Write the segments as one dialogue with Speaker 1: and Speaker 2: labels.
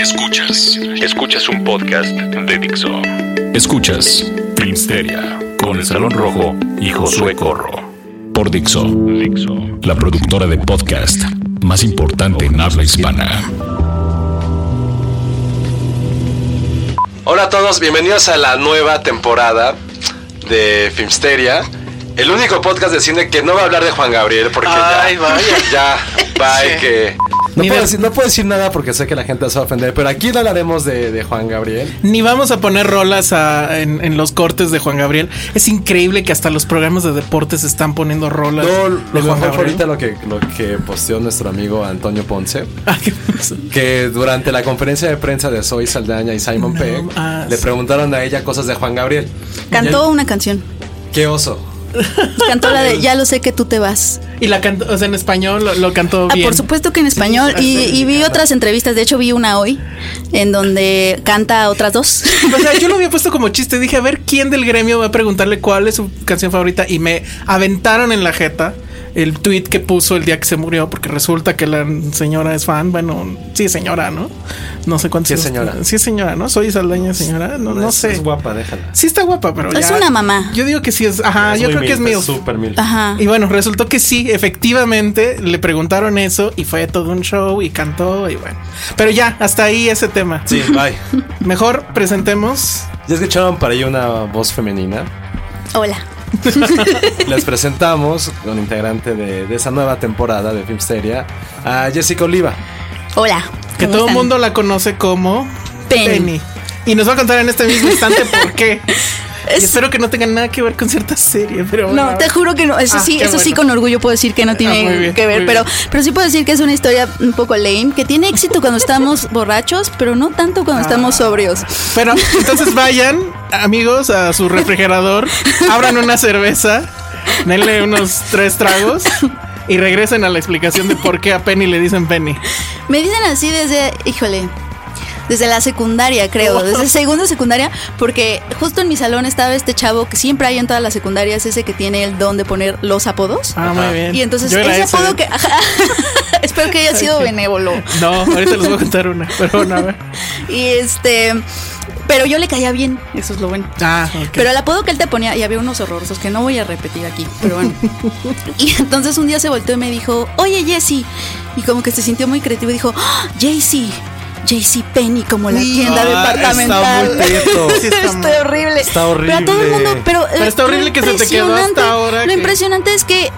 Speaker 1: Escuchas, escuchas un podcast de Dixo. Escuchas Filmsteria con el Salón Rojo y Josué Corro. Por Dixo, Dixo, la productora de podcast más importante en habla hispana.
Speaker 2: Hola a todos, bienvenidos a la nueva temporada de Filmsteria. El único podcast de cine que no va a hablar de Juan Gabriel porque
Speaker 3: Ay,
Speaker 2: ya,
Speaker 3: vaya.
Speaker 2: ya, bye, que... No
Speaker 4: Ni
Speaker 2: puedo,
Speaker 4: de-
Speaker 2: decir, no puedo decir nada porque sé que la gente se va a ofender, pero aquí no hablaremos de, de Juan Gabriel.
Speaker 3: Ni vamos a poner rolas a- en, en los cortes de Juan Gabriel. Es increíble que hasta los programas de deportes están poniendo rolas
Speaker 4: No,
Speaker 3: Ah, de
Speaker 4: lo mejor
Speaker 3: Juan
Speaker 4: fue
Speaker 3: Gabriel.
Speaker 4: ahorita lo que, lo que posteó nuestro amigo Antonio Ponce,
Speaker 3: Ah, ¿qué pasó?
Speaker 4: que durante la conferencia de prensa de Zoe Saldaña y Simon
Speaker 3: No,
Speaker 4: Pegg
Speaker 3: ah,
Speaker 4: le
Speaker 3: sí.
Speaker 4: preguntaron a ella cosas de Juan Gabriel.
Speaker 5: Cantó una canción.
Speaker 4: ¿Qué oso?
Speaker 5: Cantó la de Ya lo sé que tú te vas.
Speaker 3: Y la cantó, o sea, en español lo, lo cantó
Speaker 5: Ah,
Speaker 3: bien.
Speaker 5: por supuesto que en español.
Speaker 3: Sí,
Speaker 5: y,
Speaker 3: sí,
Speaker 5: y vi
Speaker 3: claro.
Speaker 5: otras entrevistas. De hecho, vi una hoy en donde canta otras dos.
Speaker 3: O sea, yo lo había puesto como chiste. Dije, a ver, ¿quién del gremio va a preguntarle cuál es su canción favorita? Y me aventaron en la jeta el tweet que puso el día que se murió, porque resulta que la señora es fan. Bueno, sí, es señora, ¿no? No sé cuántos.
Speaker 4: Sí es
Speaker 3: años-
Speaker 4: señora.
Speaker 3: Sí, es señora, ¿no? Soy Saldaña, señora. No, no
Speaker 4: Es-
Speaker 3: sé.
Speaker 4: Es guapa, déjala.
Speaker 3: Sí está guapa, pero
Speaker 5: Es
Speaker 3: ya-
Speaker 5: una mamá.
Speaker 3: Yo digo que sí es, ajá, Ah, yo creo que es Ah. mío.
Speaker 4: Súper mil.
Speaker 5: Ajá.
Speaker 3: Y bueno, resultó que sí, efectivamente le preguntaron eso y fue todo un show y cantó y bueno. Pero ya, hasta ahí ese tema.
Speaker 4: Sí, bye.
Speaker 3: Mejor presentemos.
Speaker 4: Ya escucharon para ahí una voz femenina.
Speaker 5: Hola.
Speaker 4: Les presentamos, con integrante de, de esa nueva temporada de Filmsteria, a Jessica Oliva.
Speaker 5: Hola.
Speaker 3: Que
Speaker 5: ¿Cómo
Speaker 3: todo el
Speaker 5: están?
Speaker 3: mundo la conoce como
Speaker 5: Penny.
Speaker 3: Y nos va a contar en este mismo instante por qué. Y
Speaker 5: Es-
Speaker 3: espero que no tenga nada que ver con cierta serie, pero
Speaker 5: No,
Speaker 3: bueno.
Speaker 5: te juro que no. Eso
Speaker 3: Ah,
Speaker 5: sí,
Speaker 3: qué
Speaker 5: eso sí,
Speaker 3: bueno. Ah,
Speaker 5: con orgullo puedo decir que no tiene
Speaker 3: muy bien,
Speaker 5: que ver.
Speaker 3: muy
Speaker 5: Pero,
Speaker 3: bien.
Speaker 5: pero sí puedo decir que es una historia un poco lame, que tiene éxito cuando estamos borrachos, pero no tanto
Speaker 3: Ah.
Speaker 5: cuando estamos sobrios.
Speaker 3: Pero entonces vayan, amigos, a su refrigerador, abran una cerveza, denle unos tres tragos y regresen a la explicación de por qué a Penny le dicen Penny.
Speaker 5: Me dicen así desde, híjole, desde la secundaria, creo, desde segundo de secundaria, porque justo en mi salón estaba este chavo que siempre hay en todas las secundarias, ese que tiene el don de poner los apodos.
Speaker 3: Ah, muy bien.
Speaker 5: Y entonces
Speaker 3: Yo era
Speaker 5: ese
Speaker 3: ese.
Speaker 5: apodo que... ajá, espero que haya sido benévolo.
Speaker 3: No, ahorita les voy a contar una, pero bueno, a ver.
Speaker 5: Y este... Pero yo le caía bien, eso es lo bueno.
Speaker 3: Ah, ok.
Speaker 5: Pero el apodo que él te ponía, y había unos horrorosos que no voy a repetir aquí, pero bueno. y entonces un día se volteó y me dijo, oye Jessy. Y como que se sintió muy creativo y dijo, ¡Ah, Jessy, Jessy Penny, como la tienda
Speaker 4: Ay,
Speaker 3: ah,
Speaker 5: departamental.
Speaker 4: Está muy teto.
Speaker 3: Sí, está
Speaker 5: Está
Speaker 3: mal.
Speaker 5: horrible.
Speaker 4: Está horrible.
Speaker 5: Pero a todo el mundo, pero,
Speaker 3: Pero
Speaker 5: eh,
Speaker 3: está
Speaker 5: lo
Speaker 3: horrible que se te quedó hasta
Speaker 5: impresionante-
Speaker 3: ahora
Speaker 5: Lo
Speaker 3: que-
Speaker 5: impresionante es que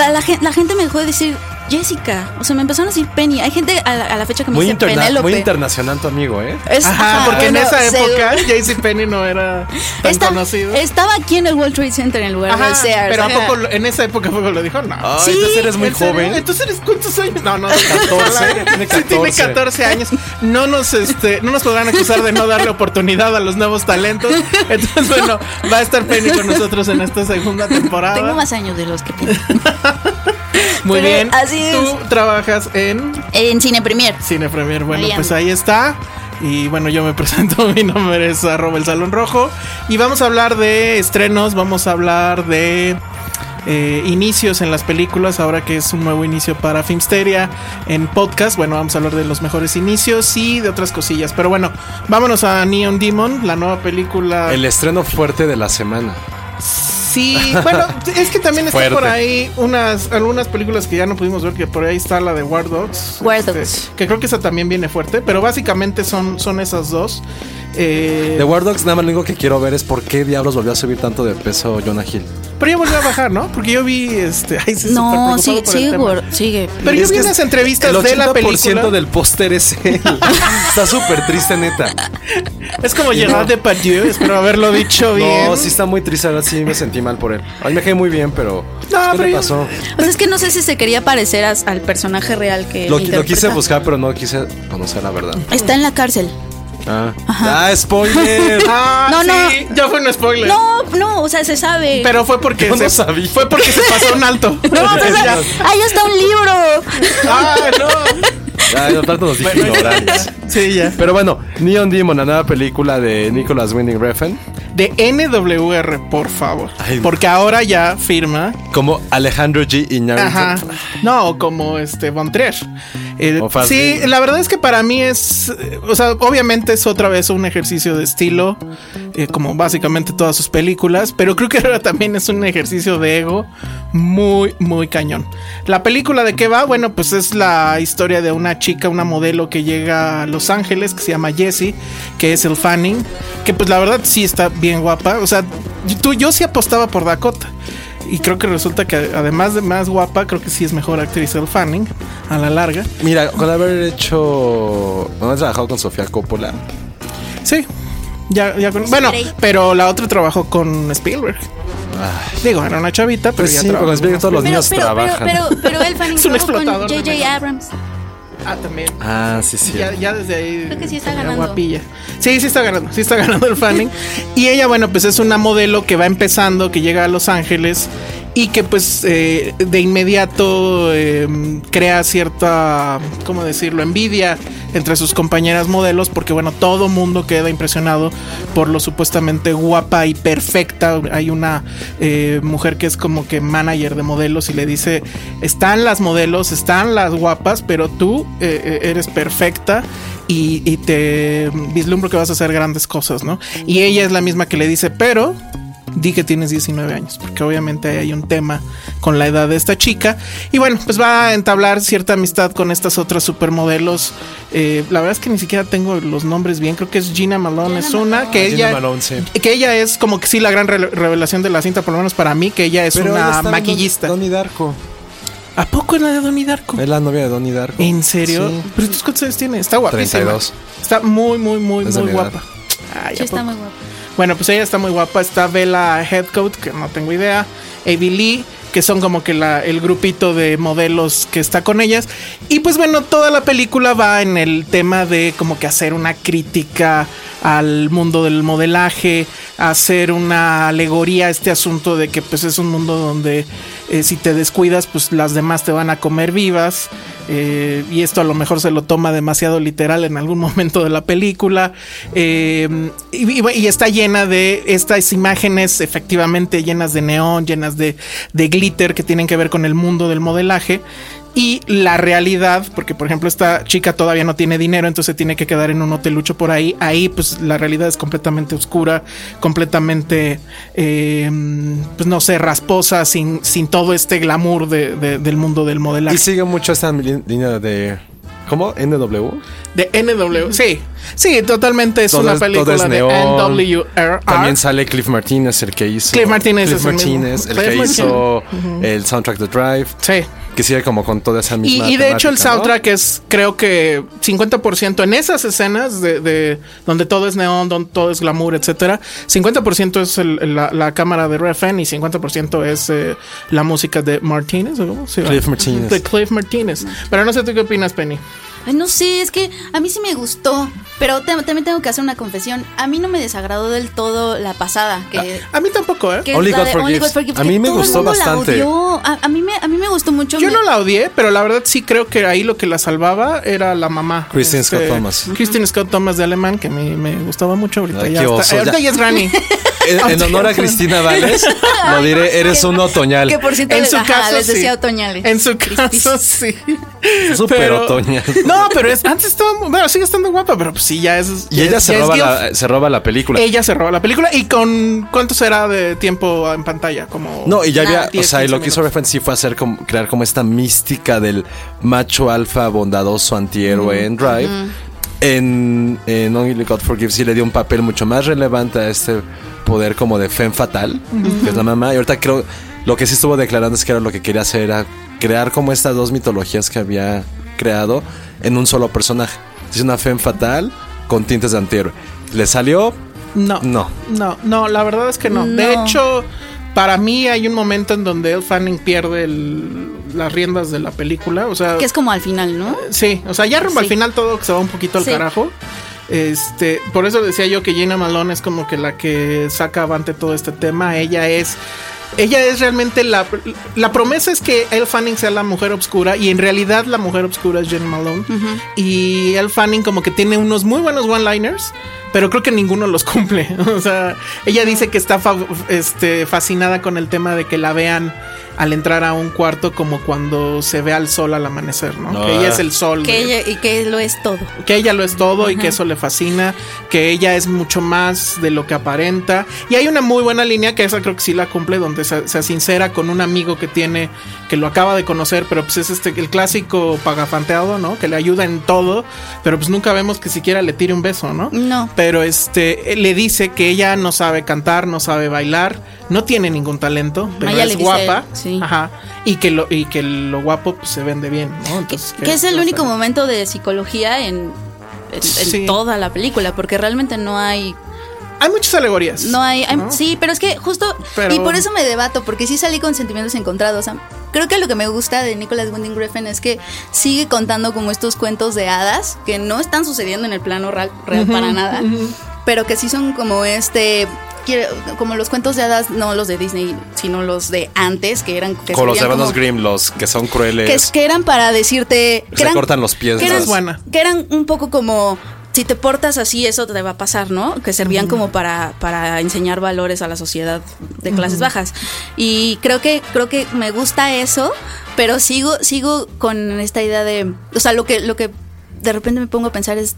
Speaker 5: a la, gen- la gente me dejó de decir Jessica. O sea, me empezaron a decir Penny. Hay gente a la, a la fecha que me
Speaker 4: Muy,
Speaker 5: dice
Speaker 4: interna-
Speaker 5: Penélope.
Speaker 4: muy internacional tu amigo, ¿eh?
Speaker 5: Es-
Speaker 3: Ajá,
Speaker 5: ajá,
Speaker 3: porque en
Speaker 5: bueno,
Speaker 3: esa
Speaker 5: se-
Speaker 3: época Jaycee Penny no era tan
Speaker 5: Esta-
Speaker 3: conocido.
Speaker 5: Estaba aquí en el World Trade Center en el lugar
Speaker 3: Ajá,
Speaker 5: de Sears.
Speaker 3: pero ¿a
Speaker 5: ajá.
Speaker 3: poco lo- en esa época ¿a poco lo dijo? No.
Speaker 4: Ay, entonces eres muy
Speaker 3: ¿En serio?
Speaker 4: joven.
Speaker 3: Entonces eres cuántos años? No, no,
Speaker 4: 14, tiene
Speaker 3: Sí, tiene
Speaker 4: 14.
Speaker 3: 14 años. No nos este, no nos podrán acusar de no darle oportunidad a los nuevos talentos. Entonces, bueno, va a estar Penny con nosotros en esta segunda temporada.
Speaker 5: Tengo más años de los que pienso.
Speaker 3: Muy
Speaker 5: Pero
Speaker 3: bien.
Speaker 5: así es.
Speaker 3: Tú trabajas en
Speaker 5: en Cine Premier.
Speaker 3: Cine Premier. Bueno,
Speaker 5: Miami.
Speaker 3: pues ahí está. Y bueno, yo me presento, mi nombre es arroba el Salón Rojo. Y vamos a hablar de estrenos, vamos a hablar de eh, inicios en las películas, ahora que es un nuevo inicio para Filmsteria en podcast. Bueno, vamos a hablar de los mejores inicios y de otras cosillas. Pero bueno, vámonos a Neon Demon, la nueva película.
Speaker 4: El estreno fuerte de la semana.
Speaker 3: Sí, bueno, es que también está
Speaker 4: Fuerte.
Speaker 3: por ahí unas algunas películas que ya no pudimos ver, que por ahí está la de War Dogs.
Speaker 5: War
Speaker 3: este,
Speaker 5: Dogs.
Speaker 3: que creo que esa también viene fuerte, pero básicamente son, son esas dos. Eh,
Speaker 4: De War Dogs, nada más lo único que quiero ver es por qué diablos volvió a subir tanto de peso Jonah Hill.
Speaker 3: pero ya volvió a bajar, ¿no? Porque yo vi este. ay, sí,
Speaker 5: No,
Speaker 3: súper preocupado por el
Speaker 5: sigue, sigue,
Speaker 3: tema.
Speaker 5: gor- sigue.
Speaker 3: Pero yo
Speaker 4: Es
Speaker 3: vi
Speaker 4: que
Speaker 3: unas
Speaker 4: es-
Speaker 3: entrevistas
Speaker 4: el
Speaker 3: de la
Speaker 4: 80%
Speaker 3: película.
Speaker 4: del póster es él. Está súper triste, neta.
Speaker 3: Es como Gerard Depardieu, espero haberlo dicho bien.
Speaker 4: No, sí está muy triste. Ahora sí me sentí mal por él. A mí me quedé muy bien, pero.
Speaker 3: No,
Speaker 4: ¿Qué
Speaker 3: pero
Speaker 4: le
Speaker 3: yo-
Speaker 4: pasó?
Speaker 5: O sea, es que no sé si se quería parecer as- al personaje real que.
Speaker 4: Lo,
Speaker 5: él
Speaker 4: lo quise
Speaker 5: interpreta.
Speaker 4: buscar, pero no quise conocer la verdad.
Speaker 5: Está en la cárcel.
Speaker 4: Ah, ah spoiler.
Speaker 3: Ah,
Speaker 5: No,
Speaker 3: sí, ya fue un spoiler.
Speaker 5: No, no, o sea, se sabe.
Speaker 3: Pero fue porque
Speaker 4: Yo no
Speaker 3: se,
Speaker 4: sabía.
Speaker 3: fue porque se pasó un alto.
Speaker 5: No, o sea, ahí está un libro.
Speaker 3: ah, no.
Speaker 4: Ah, no tanto nos dije ignorantes.
Speaker 3: Sí, ya.
Speaker 4: Pero bueno, Neon Demon, la nueva película de Nicholas Winding Refn,
Speaker 3: De NWR, por favor.
Speaker 4: Ay.
Speaker 3: Porque ahora ya firma.
Speaker 4: como Alejandro G.
Speaker 3: Ajá.
Speaker 4: Iñárritu.
Speaker 3: No, como este Von Trier. Eh,
Speaker 4: O Fast
Speaker 3: sí,
Speaker 4: Food.
Speaker 3: la verdad es que para mí es. eh, O sea, obviamente es otra vez un ejercicio de estilo. eh, como básicamente todas sus películas. Pero creo que ahora también es un ejercicio de ego. Muy, muy cañón. La película de qué va, bueno, pues es la historia de una chica, una modelo que llega a Los Ángeles, que se llama Jessie, que es el Fanning, que pues la verdad sí está bien guapa. O sea, yo- tú, yo sí apostaba por Dakota. Y creo que resulta que además de más guapa, creo que sí es mejor actriz el Fanning a la larga.
Speaker 4: Mira, con haber hecho. No he trabajado con Sofía Coppola.
Speaker 3: Pues Sí. Ya, ya con- bueno, pero la otra trabajó con Spielberg. Digo, era una chavita, pero
Speaker 4: Ah. Pues
Speaker 3: ya
Speaker 4: sí,
Speaker 3: trabajó
Speaker 4: con Spielberg todos los
Speaker 5: Pero,
Speaker 4: niños
Speaker 5: pero, pero,
Speaker 4: trabajan.
Speaker 5: pero, pero él Fanning
Speaker 3: Es un
Speaker 5: trabajó
Speaker 3: explotador
Speaker 5: con
Speaker 3: de
Speaker 5: J.J.
Speaker 3: negros.
Speaker 5: Abrams.
Speaker 3: Ah, también.
Speaker 4: Ah, sí, sí.
Speaker 3: Ya, ya desde ahí.
Speaker 5: Creo que sí está
Speaker 3: era
Speaker 5: ganando.
Speaker 3: Guapilla. Sí, sí está ganando. Sí está ganando el Fanning. y ella, bueno, pues es una modelo que va empezando, que llega a Los Ángeles y que, pues, eh, de inmediato eh, crea cierta, ¿cómo decirlo?, envidia entre sus compañeras modelos, porque, bueno, todo mundo queda impresionado por lo supuestamente guapa y perfecta. Hay una eh, mujer que es como que manager de modelos y le dice: Están las modelos, están las guapas, pero tú eh, eh, eres perfecta y, y te vislumbro que vas a hacer grandes cosas, ¿no? Y ella es la misma que le dice, pero di que tienes 19 años, porque obviamente ahí hay un tema con la edad de esta chica. Y bueno, pues va a entablar cierta amistad con estas otras supermodelos. Eh, la verdad es que ni siquiera tengo los nombres bien, creo que es Gina Malone, es una, que
Speaker 4: Gina
Speaker 3: ella...
Speaker 4: Malone, sí.
Speaker 3: Que ella es como que sí la gran re- revelación de la cinta, por lo menos para mí, que ella es una maquillista.
Speaker 4: Donnie Darko.
Speaker 3: ¿A poco es la de Donnie Darko?
Speaker 4: Es la novia de Donnie Darko.
Speaker 3: ¿En serio?
Speaker 4: Sí.
Speaker 3: ¿Pero tú cuántos años tiene? Está guapísima.
Speaker 4: 32.
Speaker 3: Está muy, muy, muy,
Speaker 4: Es de
Speaker 3: muy
Speaker 4: mi edad.
Speaker 3: guapa. Ay,
Speaker 5: Sí,
Speaker 3: ¿a
Speaker 5: está
Speaker 3: poco?
Speaker 5: muy guapo.
Speaker 3: Bueno, pues ella está muy guapa. Está Bella Headcoat, que no tengo idea. Avi Lee, que son como que la- el grupito de modelos que está con ellas. Y pues bueno, toda la película va en el tema de como que hacer una crítica al mundo del modelaje, hacer una alegoría a este asunto de que pues es un mundo donde eh, si te descuidas, pues las demás te van a comer vivas. Eh, y esto a lo mejor se lo toma demasiado literal en algún momento de la película. Eh, y, y- y está llena de estas imágenes efectivamente llenas de neón, llenas de, de glitter que tienen que ver con el mundo del modelaje. Y la realidad, porque por ejemplo esta chica todavía no tiene dinero, entonces tiene que quedar en un hotelucho por ahí. Ahí pues la realidad es completamente oscura, completamente, eh, pues no sé, rasposa, sin, sin todo este glamour de- de- del mundo del modelaje.
Speaker 4: Y sigue mucho esta li- línea de. ¿Cómo? ¿NW?
Speaker 3: De NW. Sí, sí, totalmente es
Speaker 4: Todo
Speaker 3: una
Speaker 4: es- todo
Speaker 3: película
Speaker 4: es
Speaker 3: de
Speaker 4: neón.
Speaker 3: NWR.
Speaker 4: También sale Cliff Martínez, el que hizo.
Speaker 3: Cliff Martínez
Speaker 4: Cliff
Speaker 3: es el mismo.
Speaker 4: Martínez, el
Speaker 3: Cliff
Speaker 4: que
Speaker 3: Martínez.
Speaker 4: hizo el soundtrack de Drive.
Speaker 3: Sí.
Speaker 4: Que sigue como con toda esa
Speaker 3: Y,
Speaker 4: misma.
Speaker 3: y de hecho el
Speaker 4: temática, ¿no?
Speaker 3: soundtrack es creo que 50% en esas escenas de, de donde todo es neón, donde todo es glamour, etcétera. 50% es el- la, la cámara de Refn y 50% es eh, la música de Martínez. ¿o cómo se llama?
Speaker 4: Cliff Martínez.
Speaker 3: De Cliff Martínez. Pero no sé tú qué opinas, Penny.
Speaker 5: Ay, no sé, es que a mí sí me gustó, pero te- también tengo que hacer una confesión. A mí no me desagradó del todo la pasada, que...
Speaker 3: A mí tampoco, ¿eh?
Speaker 5: que
Speaker 4: Only
Speaker 5: la
Speaker 4: God
Speaker 5: de
Speaker 4: Forgives. A
Speaker 5: que
Speaker 4: mí me
Speaker 5: todo el
Speaker 4: gustó
Speaker 5: mundo la
Speaker 4: bastante.
Speaker 5: odió. A, a mí me, a mí me gustó mucho.
Speaker 3: Yo
Speaker 5: me-
Speaker 3: no la odié, pero la verdad sí creo que ahí lo que la salvaba era la mamá. Este,
Speaker 4: Kristen Scott Thomas.
Speaker 3: Kristen Scott Thomas de Alemán, que me, me gustaba mucho. Ahorita,
Speaker 4: Ay,
Speaker 3: ya,
Speaker 4: qué
Speaker 3: está-
Speaker 4: oso,
Speaker 3: ahorita
Speaker 4: ya.
Speaker 3: ya es Granny.
Speaker 4: en, en honor a Cristina Vales, lo diré, eres un otoñal.
Speaker 5: Que por cierto,
Speaker 3: En
Speaker 5: les,
Speaker 3: su
Speaker 5: ajá,
Speaker 3: caso,
Speaker 5: les
Speaker 3: sí.
Speaker 5: decía otoñales.
Speaker 3: En su
Speaker 5: Cristis.
Speaker 3: caso, sí.
Speaker 4: Súper
Speaker 3: Pero-
Speaker 4: otoñal.
Speaker 3: No, pero es, antes estaba. Bueno, sigue estando guapa, pero pues sí, ya es.
Speaker 4: Y ella se
Speaker 3: ya es
Speaker 4: roba,
Speaker 3: guilt.
Speaker 4: la, se roba la película.
Speaker 3: Ella se roba la película. ¿Y con cuánto será de tiempo en pantalla? Como
Speaker 4: No, y ya
Speaker 3: nada,
Speaker 4: había, o
Speaker 3: 10,
Speaker 4: sea, y
Speaker 3: 15
Speaker 4: lo que hizo
Speaker 3: minutos.
Speaker 4: Reference sí fue hacer como, crear como esta mística del macho alfa bondadoso antihéroe en Drive. En, en Only God Forgives sí le dio un papel mucho más relevante a este poder como de femme fatal, que es la mamá. Y ahorita creo, lo que sí estuvo declarando es que era lo que quería hacer, era crear como estas dos mitologías que había creado en un solo personaje. Es una femme fatal con tintes de antihéroe. Le salió,
Speaker 3: No.
Speaker 4: No.
Speaker 3: No. No, la verdad es que no. De
Speaker 5: No.
Speaker 3: hecho, para mí hay un momento en donde El Fanning pierde el- las riendas de la película. O sea,
Speaker 5: Que es como al final, ¿no?
Speaker 3: sí, o sea, ya rumbo al
Speaker 5: Sí.
Speaker 3: final todo se va un poquito al
Speaker 5: Sí.
Speaker 3: carajo. Este, por eso decía yo que Gina Malone es como que la que saca avante todo este tema. Ella es ella es realmente la la promesa es que Elle Fanning sea la mujer obscura y en realidad la mujer obscura es Jenna Malone y Elle Fanning como que tiene unos muy buenos one-liners pero creo que ninguno los cumple o sea ella dice que está fa- este, fascinada con el tema de que la vean al entrar a un cuarto como cuando se ve al sol al amanecer no, que ella es el sol
Speaker 5: Que
Speaker 3: de-
Speaker 5: ella, y que lo es todo.
Speaker 3: que ella lo es todo y que eso le fascina, que ella es mucho más de lo que aparenta. Y hay una muy buena línea que esa creo que sí la cumple, donde se, se sincera con un amigo que tiene, que lo acaba de conocer, pero pues es este el clásico pagafanteado, ¿no? Que le ayuda en todo, pero pues nunca vemos que siquiera le tire un beso, ¿no?
Speaker 5: No.
Speaker 3: Pero este eh, le dice que ella no sabe cantar, no sabe bailar, no tiene ningún talento, pero
Speaker 5: ella Ah, le
Speaker 3: es
Speaker 5: dice,
Speaker 3: guapa,
Speaker 5: sí.
Speaker 3: ajá, y que lo y que lo guapo pues, se vende bien, ¿no?
Speaker 5: Que,
Speaker 3: Entonces,
Speaker 5: que es el
Speaker 3: o sea,
Speaker 5: único momento de psicología en, en- en
Speaker 3: Sí.
Speaker 5: toda la película, porque realmente no hay
Speaker 3: Hay muchas alegorías.
Speaker 5: No hay, hay-
Speaker 3: Pues, ¿no?
Speaker 5: sí, pero es que justo
Speaker 3: Pero-
Speaker 5: y por eso me debato porque sí salí con sentimientos encontrados. O sea, creo que lo que me gusta de Nicholas Winding Refn es que sigue contando como estos cuentos de hadas que no están sucediendo en el plano real, real para nada, pero que sí son como este quiero- como los cuentos de hadas, no los de Disney, sino los de antes que eran que
Speaker 4: con los
Speaker 5: servían
Speaker 4: hermanos
Speaker 5: como-
Speaker 4: Grimm, los que son crueles.
Speaker 5: que, que eran para decirte que
Speaker 4: Se
Speaker 5: eran-
Speaker 4: cortan los pies,
Speaker 5: que
Speaker 4: ¿no?
Speaker 5: eran,
Speaker 3: Es buena.
Speaker 5: que eran un poco como si te portas así eso te va a pasar no que servían como para para enseñar valores a la sociedad de clases bajas y creo que creo que me gusta eso pero sigo sigo con esta idea de o sea lo que lo que de repente me pongo a pensar es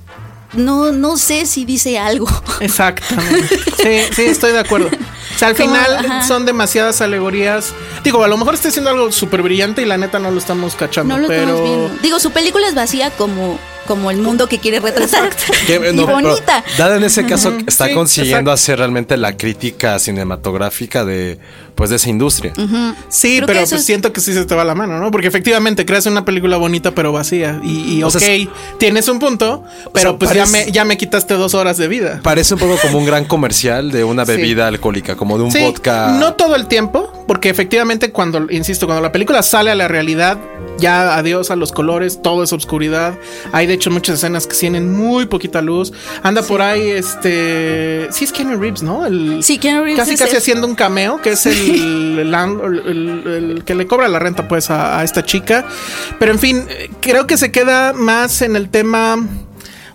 Speaker 5: no no sé si dice algo
Speaker 3: Exactamente. Sí, sí, estoy de acuerdo. O sea, al
Speaker 5: Como,
Speaker 3: final
Speaker 5: ajá.
Speaker 3: son demasiadas alegorías. Digo, a lo mejor está haciendo algo súper brillante y la neta no lo estamos cachando,
Speaker 5: no lo
Speaker 3: pero.
Speaker 5: estamos viendo digo su película es vacía como como el mundo que quiere retratar
Speaker 4: Que,
Speaker 5: y
Speaker 4: no, pero
Speaker 5: bonita
Speaker 4: Dada en ese caso, está
Speaker 3: Sí,
Speaker 4: consiguiendo
Speaker 3: exacto.
Speaker 4: hacer realmente la crítica cinematográfica de, pues, de esa industria.
Speaker 3: Sí,
Speaker 5: Creo que
Speaker 3: pero
Speaker 5: eso
Speaker 3: pues
Speaker 5: es-
Speaker 3: siento que sí se te va la mano, ¿no? Porque efectivamente creas una película bonita pero vacía. Y, y
Speaker 4: O
Speaker 3: ok,
Speaker 4: sea,
Speaker 3: tienes un punto, pero
Speaker 4: sea,
Speaker 3: pues ya,
Speaker 4: parece-
Speaker 3: me, ya me quitaste dos horas de vida.
Speaker 4: Parece un poco como un gran comercial de una bebida alcohólica, como de un
Speaker 3: Sí,
Speaker 4: vodka.
Speaker 3: No todo el tiempo, porque efectivamente cuando, insisto, cuando la película sale a la realidad, ya adiós a los colores, todo es obscuridad. Hay de hecho muchas escenas que tienen muy poquita luz. Anda por ahí, este, sí es Kenny Reeves, ¿no? El,
Speaker 5: Sí, Keanu Reeves
Speaker 3: Casi
Speaker 5: es
Speaker 3: casi
Speaker 5: el-
Speaker 3: haciendo un cameo, que es el, el land- el- el- el que le cobra la renta pues a, a esta chica. Pero en fin, eh, creo que se queda más en el tema...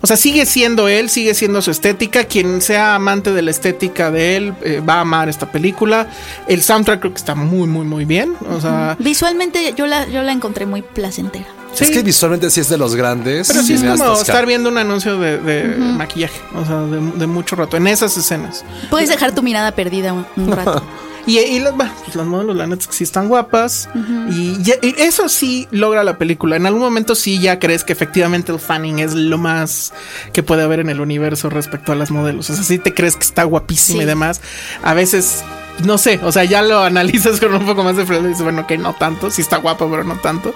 Speaker 3: O sea, sigue siendo él, sigue siendo su estética. Quien sea amante de la estética de él eh, va a amar esta película. El soundtrack creo que está muy, muy, muy bien. O sea,
Speaker 5: Visualmente yo la, yo la encontré muy placentera.
Speaker 4: Es que visualmente sí es de los grandes.
Speaker 3: pero sí es como
Speaker 4: cineastas,
Speaker 3: estar
Speaker 4: cara.
Speaker 3: viendo un anuncio de, de maquillaje, o sea, de, de mucho rato, en esas escenas.
Speaker 5: Puedes dejar tu mirada perdida un, un rato.
Speaker 3: Y, y las, bah, pues las modelos, la neta, es que sí están guapas. y, ya- y eso sí logra la película. En algún momento sí ya crees que efectivamente el fanning es lo más que puede haber en el universo respecto a las modelos. O sea, sí te crees que está guapísima
Speaker 5: Sí.
Speaker 3: y demás. A veces, no sé, o sea, ya lo analizas con un poco más de fresco y dices, bueno, que no tanto. Sí está guapa, pero no tanto.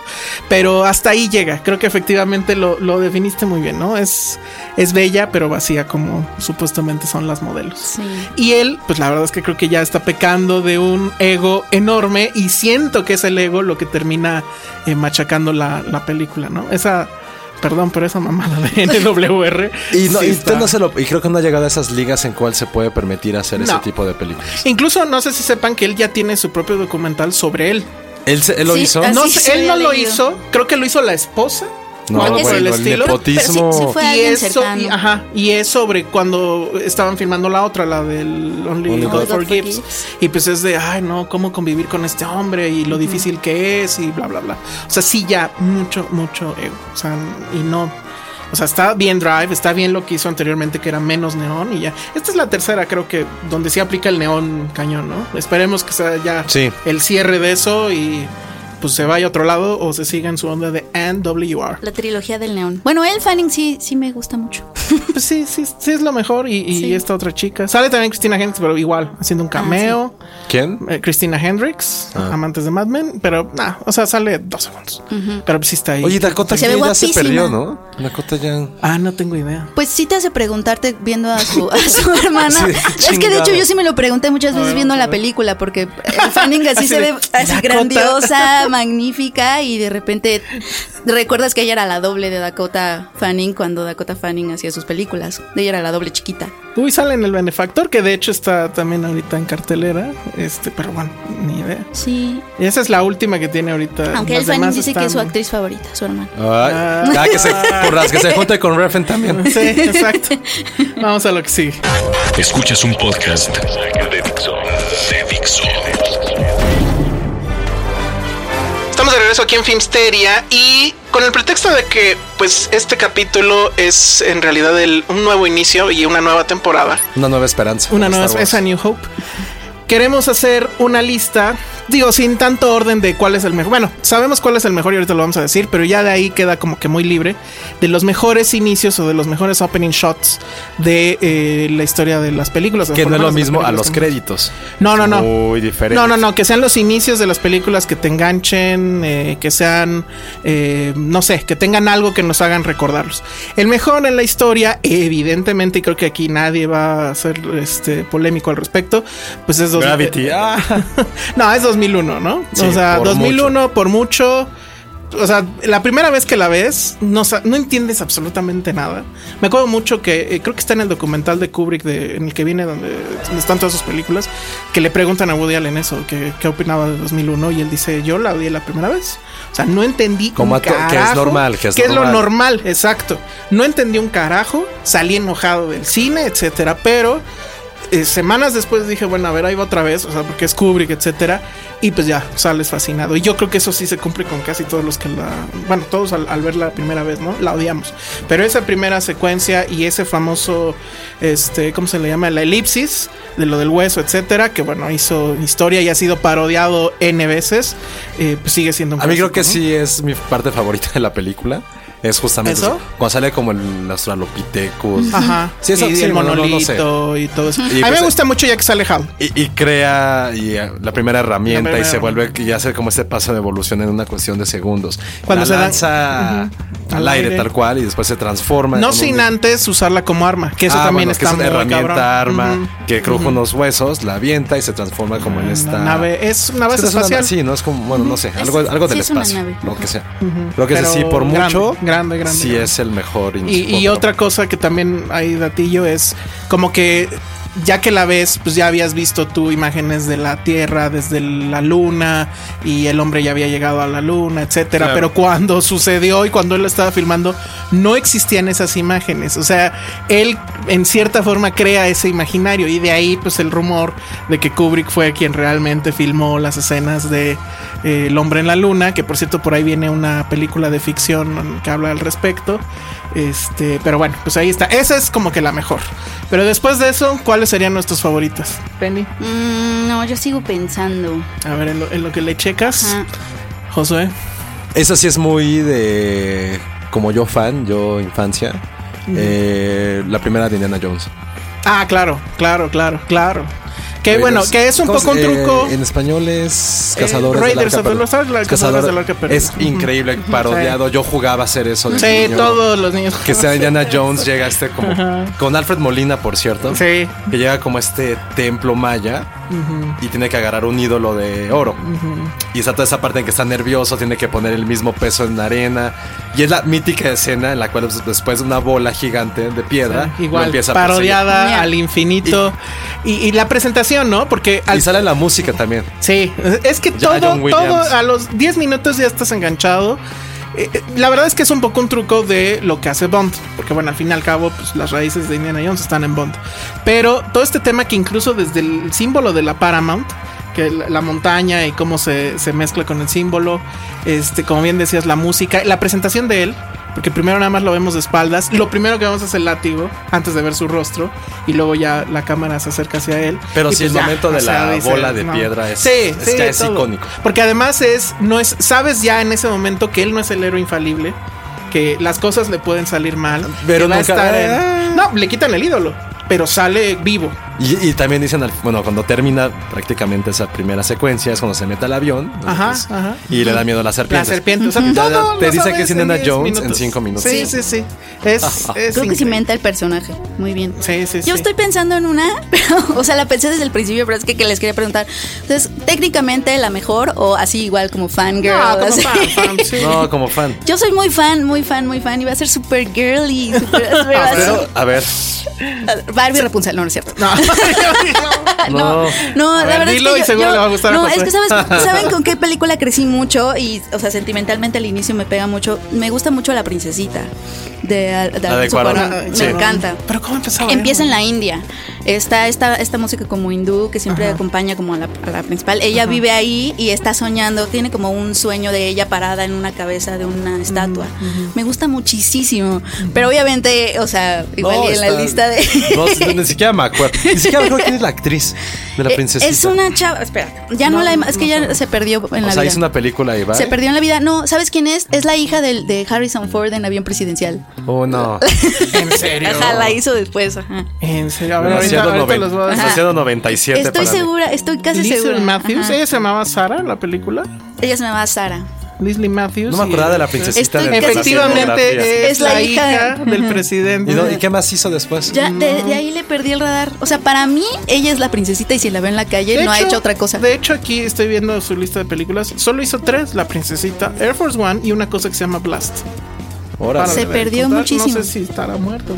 Speaker 3: Pero hasta ahí llega. Creo que efectivamente lo, lo definiste muy bien, ¿no? Es, es bella, pero vacía, como supuestamente son las modelos.
Speaker 5: Sí.
Speaker 3: Y él, pues la verdad es que creo que ya está pecando de un ego enorme y siento que es el ego lo que termina eh, machacando la, la película, ¿no? Esa, perdón, pero esa mamada de NWR.
Speaker 4: Y, no,
Speaker 3: sí
Speaker 4: y
Speaker 3: está.
Speaker 4: no se lo- y creo que no ha llegado a esas ligas en cual se puede permitir hacer ese
Speaker 3: No.
Speaker 4: tipo de películas.
Speaker 3: Incluso no sé si sepan que él ya tiene su propio documental sobre él.
Speaker 4: Él, se- él lo
Speaker 5: Sí,
Speaker 4: hizo.
Speaker 5: así
Speaker 3: No
Speaker 5: sí
Speaker 3: sé, él
Speaker 5: había
Speaker 3: no lo
Speaker 5: leído.
Speaker 3: hizo, creo que lo hizo la esposa.
Speaker 4: No,
Speaker 3: Algo por
Speaker 4: bueno,
Speaker 3: el
Speaker 4: el,
Speaker 3: estilo.
Speaker 4: nepotismo.
Speaker 5: Pero sí- sí fue-
Speaker 3: y
Speaker 5: alguien
Speaker 3: es, so-
Speaker 5: cercano.
Speaker 3: y- ajá, y es sobre cuando estaban filmando la otra, la del Only,
Speaker 4: Only
Speaker 3: God,
Speaker 4: God
Speaker 3: for
Speaker 5: Forgives.
Speaker 3: Gibbs. Y pues es de, ay, no, cómo convivir con este hombre y lo difícil que es y bla, bla, bla. O sea, sí, ya, mucho, mucho ego. O sea, y no. O sea, está bien Drive, está bien lo que hizo anteriormente, que era menos neón y ya. Esta es la tercera, creo que, donde sí aplica el neón cañón, ¿no? Esperemos que sea ya
Speaker 4: Sí.
Speaker 3: el cierre de eso y pues se vaya a otro lado o se siga en su onda de NWR.
Speaker 5: La trilogía del neón. Bueno, El Fanning sí, sí me gusta mucho.
Speaker 3: Pues sí, sí, sí es lo mejor. Y, y
Speaker 5: Sí.
Speaker 3: esta otra chica. Sale también Cristina Hendricks, pero igual, haciendo un cameo.
Speaker 4: ¿Quién?
Speaker 3: Eh, Cristina Hendricks, amantes de Mad Men, pero nada, o sea, sale dos segundos. Pero pues sí está ahí.
Speaker 4: Oye, Dakota
Speaker 5: Se ve
Speaker 4: Kai ya se
Speaker 5: guapísima.
Speaker 4: perdió, ¿no? Dakota ya.
Speaker 3: ah, no tengo idea.
Speaker 5: Pues sí te hace preguntarte viendo a su, a su hermana.
Speaker 4: Sí,
Speaker 5: es que de hecho
Speaker 4: chingado.
Speaker 5: yo sí me lo pregunté muchas veces viendo la película, porque el Fanning así,
Speaker 3: Así
Speaker 5: se
Speaker 3: de,
Speaker 5: ve así
Speaker 3: Dakota.
Speaker 5: grandiosa, magnífica, y de repente recuerdas que ella era la doble de Dakota Fanning cuando Dakota Fanning hacía sus películas. Ella era la doble chiquita.
Speaker 3: Uy, sale en El Benefactor, que de hecho está también ahorita en cartelera. Este, pero bueno, ni idea.
Speaker 5: Sí.
Speaker 3: Y esa es la última que tiene ahorita.
Speaker 5: Aunque
Speaker 3: Las
Speaker 5: el Fanning
Speaker 3: demás
Speaker 5: dice que es su
Speaker 3: están-
Speaker 5: actriz favorita, su hermana.
Speaker 3: Ah.
Speaker 4: Ay, ya que se, por las que se junta con Reffen también.
Speaker 3: Sí, exacto. Vamos a lo que sigue.
Speaker 1: Escuchas un podcast de Dixo. De Dixo.
Speaker 3: Estamos de regreso aquí en Filmsteria y con el pretexto de que pues este capítulo es en realidad el- un nuevo inicio y una nueva temporada.
Speaker 4: Una nueva esperanza.
Speaker 3: Una
Speaker 4: para
Speaker 3: nueva
Speaker 4: Star Wars.
Speaker 3: esa New Hope. Queremos hacer una lista, digo, sin tanto orden de cuál es el mejor. Bueno, sabemos cuál es el mejor y ahorita lo vamos a decir, pero ya de ahí queda como que muy libre de los mejores inicios o de los mejores opening shots de eh, la historia de las películas.
Speaker 4: Que no es lo mismo a los
Speaker 3: créditos
Speaker 4: créditos. Oh.
Speaker 3: No, no, no.
Speaker 4: Muy diferente.
Speaker 3: No, no, no, que sean los inicios de las películas que te enganchen, eh, que sean, eh, no sé, que tengan algo que nos hagan recordarlos. El mejor en la historia, evidentemente, y creo que aquí nadie va a ser este, polémico al respecto, pues es dos-
Speaker 4: Gravity. Ah.
Speaker 3: no, es 2001, ¿no?
Speaker 4: Sí,
Speaker 3: o sea,
Speaker 4: por
Speaker 3: 2001 por mucho. O sea, la primera vez que la ves, no, sa- no entiendes absolutamente nada. Me acuerdo mucho que eh, creo que está en el documental de Kubrick, de- en el que viene, donde, donde están todas sus películas, que le preguntan a Woody Allen eso, que, qué opinaba de 2001, y él dice, yo la vi la primera vez. O sea, no entendí
Speaker 4: Como
Speaker 3: un
Speaker 4: a to- que es
Speaker 3: carajo,
Speaker 4: normal, que es
Speaker 3: lo
Speaker 4: normal.
Speaker 3: normal, exacto. No entendí un carajo, salí enojado del cine, etcétera, pero eh, semanas después dije, bueno, a ver, ahí va otra vez, o sea, porque es Kubrick, etcétera, y pues ya, sales fascinado. Y yo creo que eso sí se cumple con casi todos los que la. Bueno, todos al, al verla la primera vez, ¿no? La odiamos. Pero esa primera secuencia y ese famoso, este, ¿cómo se le llama? La elipsis de lo del hueso, etcétera, que bueno, hizo historia y ha sido parodiado N veces, eh, pues sigue siendo un
Speaker 4: A mí creo
Speaker 3: clásico,
Speaker 4: que sí
Speaker 3: ¿no?
Speaker 4: es mi parte favorita de la película. Es justamente
Speaker 3: ¿Eso?
Speaker 4: cuando sale como el Australopithecus.
Speaker 3: Ajá.
Speaker 4: Sí, eso,
Speaker 3: y
Speaker 4: sí,
Speaker 3: el
Speaker 4: no, no, no
Speaker 3: monolito
Speaker 4: sé.
Speaker 3: y todo eso.
Speaker 4: Y
Speaker 3: a mí
Speaker 4: pues,
Speaker 3: me
Speaker 4: eh,
Speaker 3: gusta mucho ya que sale Hal.
Speaker 4: Y, y crea y, eh, la primera herramienta
Speaker 3: La primera
Speaker 4: y se
Speaker 3: herramienta.
Speaker 4: vuelve y hace como este paso de evolución en una cuestión de segundos.
Speaker 3: Cuando
Speaker 4: la
Speaker 3: se dan-
Speaker 4: lanza
Speaker 3: Ujú.
Speaker 4: al
Speaker 3: Al
Speaker 4: aire,
Speaker 3: aire.
Speaker 4: tal cual y después se transforma.
Speaker 3: No
Speaker 4: en un-
Speaker 3: sin antes usarla como arma, que eso
Speaker 4: Ah,
Speaker 3: también
Speaker 4: bueno, que
Speaker 3: está
Speaker 4: es
Speaker 3: muy
Speaker 4: una herramienta
Speaker 3: cabrón.
Speaker 4: arma
Speaker 3: Ujú.
Speaker 4: que cruja unos huesos, la avienta y se transforma como en esta
Speaker 3: La nave es una
Speaker 4: Es
Speaker 3: base
Speaker 4: que no es una-
Speaker 3: espacial.
Speaker 4: sí, no es como, bueno, no sé,
Speaker 5: Ujú.
Speaker 4: algo,
Speaker 5: Es-
Speaker 4: algo del
Speaker 5: sí es una
Speaker 4: espacio,
Speaker 5: nave.
Speaker 4: lo que sea. Lo que
Speaker 3: Pero
Speaker 4: sea, sí, por
Speaker 3: grande,
Speaker 4: mucho,
Speaker 3: grande, grande,
Speaker 4: sí
Speaker 3: grande.
Speaker 4: es el mejor.
Speaker 3: Y, y
Speaker 4: por-
Speaker 3: otra cosa que también hay datillo es como que ya que la ves, pues ya habías visto tú imágenes de la Tierra desde la Luna y el hombre ya había llegado a la Luna, etcétera.
Speaker 4: Claro.
Speaker 3: Pero cuando sucedió y cuando él lo estaba filmando, no existían esas imágenes. O sea, él en cierta forma crea ese imaginario y de ahí pues el rumor de que Kubrick fue quien realmente filmó las escenas de eh, El hombre en la luna, que por cierto por ahí viene una película de ficción que habla al respecto. Este, pero bueno, pues ahí está. Esa es como que la mejor. Pero después de eso, ¿cuáles serían nuestros favoritos? Penny.
Speaker 5: Mm, no, yo sigo pensando.
Speaker 3: A ver, en lo, en lo que le checas,
Speaker 5: Ajá.
Speaker 3: Josué.
Speaker 4: Esa sí es muy de. Como yo fan, yo infancia. eh, la primera de Indiana Jones.
Speaker 3: Ah, claro, claro, claro, claro. Que
Speaker 4: Raiders-
Speaker 3: bueno, que es un
Speaker 4: ¿cómo
Speaker 3: poco un
Speaker 4: se- eh,
Speaker 3: truco.
Speaker 4: en español es
Speaker 3: Eh,
Speaker 4: Cazadores del
Speaker 3: Raiders
Speaker 4: Arca
Speaker 3: of the
Speaker 4: Perdida.
Speaker 3: Lost Ark, la- Cazadores del Arca Perdida.
Speaker 4: Es
Speaker 3: Ujú.
Speaker 4: increíble, parodiado. Yo jugaba a hacer eso. de
Speaker 3: sí,
Speaker 4: niño.
Speaker 3: todos los niños.
Speaker 4: Que sea Indiana Jones, llega a este como. Con Alfred Molina, por cierto.
Speaker 3: Sí.
Speaker 4: que llega como a este templo maya y tiene que agarrar un ídolo de oro. Y está toda esa parte en que está nervioso, tiene que poner el mismo peso en la arena. Y es la mítica escena en la cual pues, después de una bola gigante de piedra, lo
Speaker 3: Igual,
Speaker 4: empieza a perseguir.
Speaker 3: parodiada
Speaker 5: perseguir.
Speaker 3: al infinito. Y, y la presentación, ¿no? Porque al,
Speaker 4: Y sale la música también.
Speaker 3: Sí, es que
Speaker 4: Ya
Speaker 3: todo,
Speaker 4: John Williams.
Speaker 3: todo, a los 10 minutos ya estás enganchado. eh, eh, la verdad es que es un poco un truco de lo que hace Bond, porque bueno, al fin y al cabo, pues las raíces de Indiana Jones están en Bond. Pero todo este tema que incluso desde el símbolo de la Paramount, que la, la montaña y cómo se, se mezcla con el símbolo, este, como bien decías, la música, la presentación de él, porque primero nada más lo vemos de espaldas, lo primero que vemos es el látigo antes de ver su rostro y luego ya la cámara se acerca hacia él.
Speaker 4: Pero
Speaker 3: y pues
Speaker 4: sí, el momento de la bola de piedra es- es ya es icónico.
Speaker 3: Porque además es, no es, sabes ya en ese momento que él no es el héroe infalible, que las cosas le pueden salir mal,
Speaker 4: Pero
Speaker 3: que va a
Speaker 4: nunca- Ah.
Speaker 3: estar en- no, le quitan el ídolo, pero sale vivo.
Speaker 4: Y, y también dicen, al- bueno, cuando termina prácticamente esa primera secuencia es cuando se mete al avión. ¿no?
Speaker 3: Ajá,
Speaker 4: Entonces,
Speaker 3: ajá.
Speaker 4: Y le da miedo a las
Speaker 3: La
Speaker 4: serpientes.
Speaker 3: serpiente, o sea,
Speaker 4: Ya- ya
Speaker 3: todo
Speaker 4: te
Speaker 3: lo
Speaker 4: dice
Speaker 3: sabes
Speaker 4: que es Indiana
Speaker 3: en 10
Speaker 4: Jones en
Speaker 3: minutos.
Speaker 4: 5 minutos.
Speaker 3: Sí, sí, sí. Es, es
Speaker 5: Creo que se
Speaker 3: increíble.
Speaker 5: inventa el personaje. Muy bien.
Speaker 3: Sí, sí,
Speaker 5: Yo
Speaker 3: sí.
Speaker 5: estoy pensando en una, pero, o sea, la pensé desde el principio, pero es que, que les quería preguntar. Entonces, técnicamente la mejor o así igual como fangirl.
Speaker 3: No, como
Speaker 5: así?
Speaker 3: fan, fan, sí.
Speaker 4: No, como fan.
Speaker 5: Yo soy muy fan, muy fan, muy fan. Iba a ser super girly. Super,
Speaker 3: Ah,
Speaker 5: super
Speaker 4: Pero, a ver,
Speaker 5: así. Barbie Rapunzel, no, no es cierto.
Speaker 3: No,
Speaker 4: no.
Speaker 5: No,
Speaker 3: A
Speaker 5: la
Speaker 3: ver,
Speaker 5: verdad
Speaker 3: dilo y
Speaker 5: es que yo-
Speaker 3: seguro
Speaker 5: yo-
Speaker 3: le va a gustar a
Speaker 5: No,
Speaker 3: José.
Speaker 5: es que sabes, saben con qué película crecí mucho y, o sea, sentimentalmente al inicio me pega mucho. Me gusta mucho la princesita de,
Speaker 4: La
Speaker 5: de,
Speaker 4: de
Speaker 5: Alfonso
Speaker 4: Cuarón.
Speaker 5: Cuarón. Me
Speaker 4: Sí.
Speaker 5: encanta.
Speaker 3: Pero ¿cómo empezaba?
Speaker 5: Empieza en la India. Está esta, esta música como hindú que siempre acompaña como a la, a la principal. Ella vive ahí y está soñando. Tiene como un sueño de ella parada en una cabeza de
Speaker 3: Mm,
Speaker 5: una estatua. Me gusta muchísimo. Pero obviamente, o sea, igual
Speaker 4: No,
Speaker 5: y en la
Speaker 4: está-
Speaker 5: lista de...
Speaker 4: No, si- ni siquiera me acuerdo. Ni siquiera me acuerdo quién es la actriz de la
Speaker 5: Eh,
Speaker 4: princesa.
Speaker 5: Es una chava... Espera, ya no,
Speaker 3: No,
Speaker 5: la...
Speaker 3: no,
Speaker 5: Es que
Speaker 3: no
Speaker 5: ya
Speaker 3: sabe.
Speaker 5: se perdió en
Speaker 4: O
Speaker 5: la
Speaker 4: sea,
Speaker 5: vida.
Speaker 4: hizo una película ahí, ¿vale?
Speaker 5: Se perdió en la vida. No, ¿sabes quién es? Es la hija del, de Harrison Ford en Avión Presidencial.
Speaker 4: Oh, no.
Speaker 3: En serio.
Speaker 5: Ajá, la hizo después. Ajá.
Speaker 3: En serio. A ver, ahorita,
Speaker 4: Demasiado,
Speaker 3: ahorita
Speaker 4: noven-
Speaker 3: los voy a
Speaker 5: Ajá.
Speaker 4: demasiado 97
Speaker 5: Estoy
Speaker 4: para mí.
Speaker 5: segura, estoy casi
Speaker 3: Leslie
Speaker 5: segura.
Speaker 3: Matthews,
Speaker 5: Ajá.
Speaker 3: ella se llamaba Sara en la película.
Speaker 5: Ella se llama Sara.
Speaker 3: Leslie Matthews.
Speaker 4: No me
Speaker 3: y-
Speaker 4: acordaba de la princesita.
Speaker 5: Estoy
Speaker 4: de la
Speaker 5: casi segura.
Speaker 4: fotografía.
Speaker 3: Efectivamente es,
Speaker 5: Es la
Speaker 3: la
Speaker 5: hija.
Speaker 3: hija del
Speaker 5: Ujú.
Speaker 3: presidente.
Speaker 4: ¿Y, no- y qué más hizo después?
Speaker 5: Ya, de,
Speaker 3: Mm.
Speaker 5: de ahí le perdí el radar. O sea, para mí, ella es la princesita y si la veo en la calle,
Speaker 3: De
Speaker 5: no ha hecho otra cosa.
Speaker 3: De hecho, aquí estoy viendo su lista de películas. Solo hizo tres: La Princesita, Air Force One y una cosa que se llama Blast.
Speaker 4: Ahora,
Speaker 3: Para
Speaker 5: Se
Speaker 3: de
Speaker 5: perdió
Speaker 3: contar,
Speaker 5: muchísimo.
Speaker 3: No sé si estará muerto.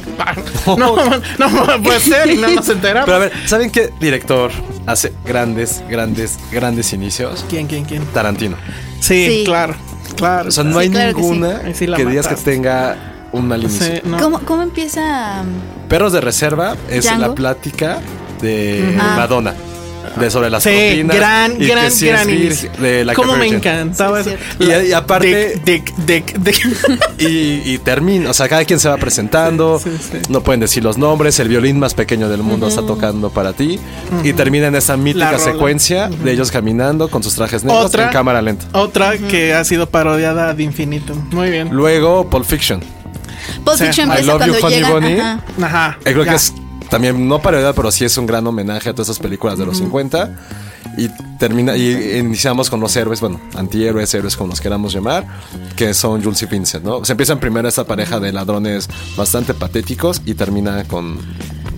Speaker 3: No, no, no puede ser y no nos enteramos.
Speaker 4: Pero a ver, ¿saben qué director hace grandes, grandes, grandes inicios?
Speaker 3: ¿Quién, quién, quién?
Speaker 4: Tarantino.
Speaker 3: Sí,
Speaker 5: Sí.
Speaker 3: claro, claro.
Speaker 4: O sea, no
Speaker 5: Sí,
Speaker 4: hay
Speaker 5: claro que sí.
Speaker 4: ninguna que,
Speaker 3: Ahí sí la
Speaker 4: digas que
Speaker 3: mataste.
Speaker 4: tenga un mal inicio.
Speaker 3: Sí, no.
Speaker 5: ¿Cómo, cómo empieza? um,
Speaker 4: Perros de reserva es
Speaker 5: Django.
Speaker 4: la plática de
Speaker 5: Ah.
Speaker 4: Madonna. De sobre las
Speaker 3: Sí,
Speaker 4: propinas
Speaker 3: gran,
Speaker 4: y que
Speaker 3: gran,
Speaker 4: si es
Speaker 3: gran
Speaker 4: vir-
Speaker 3: inicio.
Speaker 4: de la
Speaker 3: ¿Cómo me
Speaker 4: Virgin.
Speaker 3: encantaba
Speaker 5: Sí,
Speaker 3: eso?
Speaker 5: es
Speaker 4: Y, y aparte,
Speaker 3: Dick, dick, dick, dick.
Speaker 4: y, y termina, o sea, cada quien se va presentando,
Speaker 3: Sí, sí.
Speaker 4: no pueden decir los nombres, el violín más pequeño del mundo está tocando para ti, y termina en esa mítica
Speaker 3: rola.
Speaker 4: secuencia de ellos caminando con sus trajes negros
Speaker 3: Otra.
Speaker 4: en cámara lenta.
Speaker 3: Otra que ha sido parodiada ad infinito. Muy bien.
Speaker 4: Luego, Pulp Fiction.
Speaker 5: Pulp
Speaker 3: Sí.
Speaker 5: Fiction
Speaker 4: I
Speaker 5: empieza
Speaker 4: Love You,
Speaker 5: cuando
Speaker 4: Honey
Speaker 5: llega.
Speaker 4: Bunny.
Speaker 5: ajá.
Speaker 3: Ajá.
Speaker 4: Eh, creo
Speaker 3: ya.
Speaker 4: que es también, no parodia, pero sí es un gran homenaje a todas esas películas de los 50. Y termina, y iniciamos con los héroes, bueno, antihéroes, héroes como los queramos llamar, que son Jules y Vincent, ¿no? Se empiezan primero esta pareja de ladrones bastante patéticos y termina con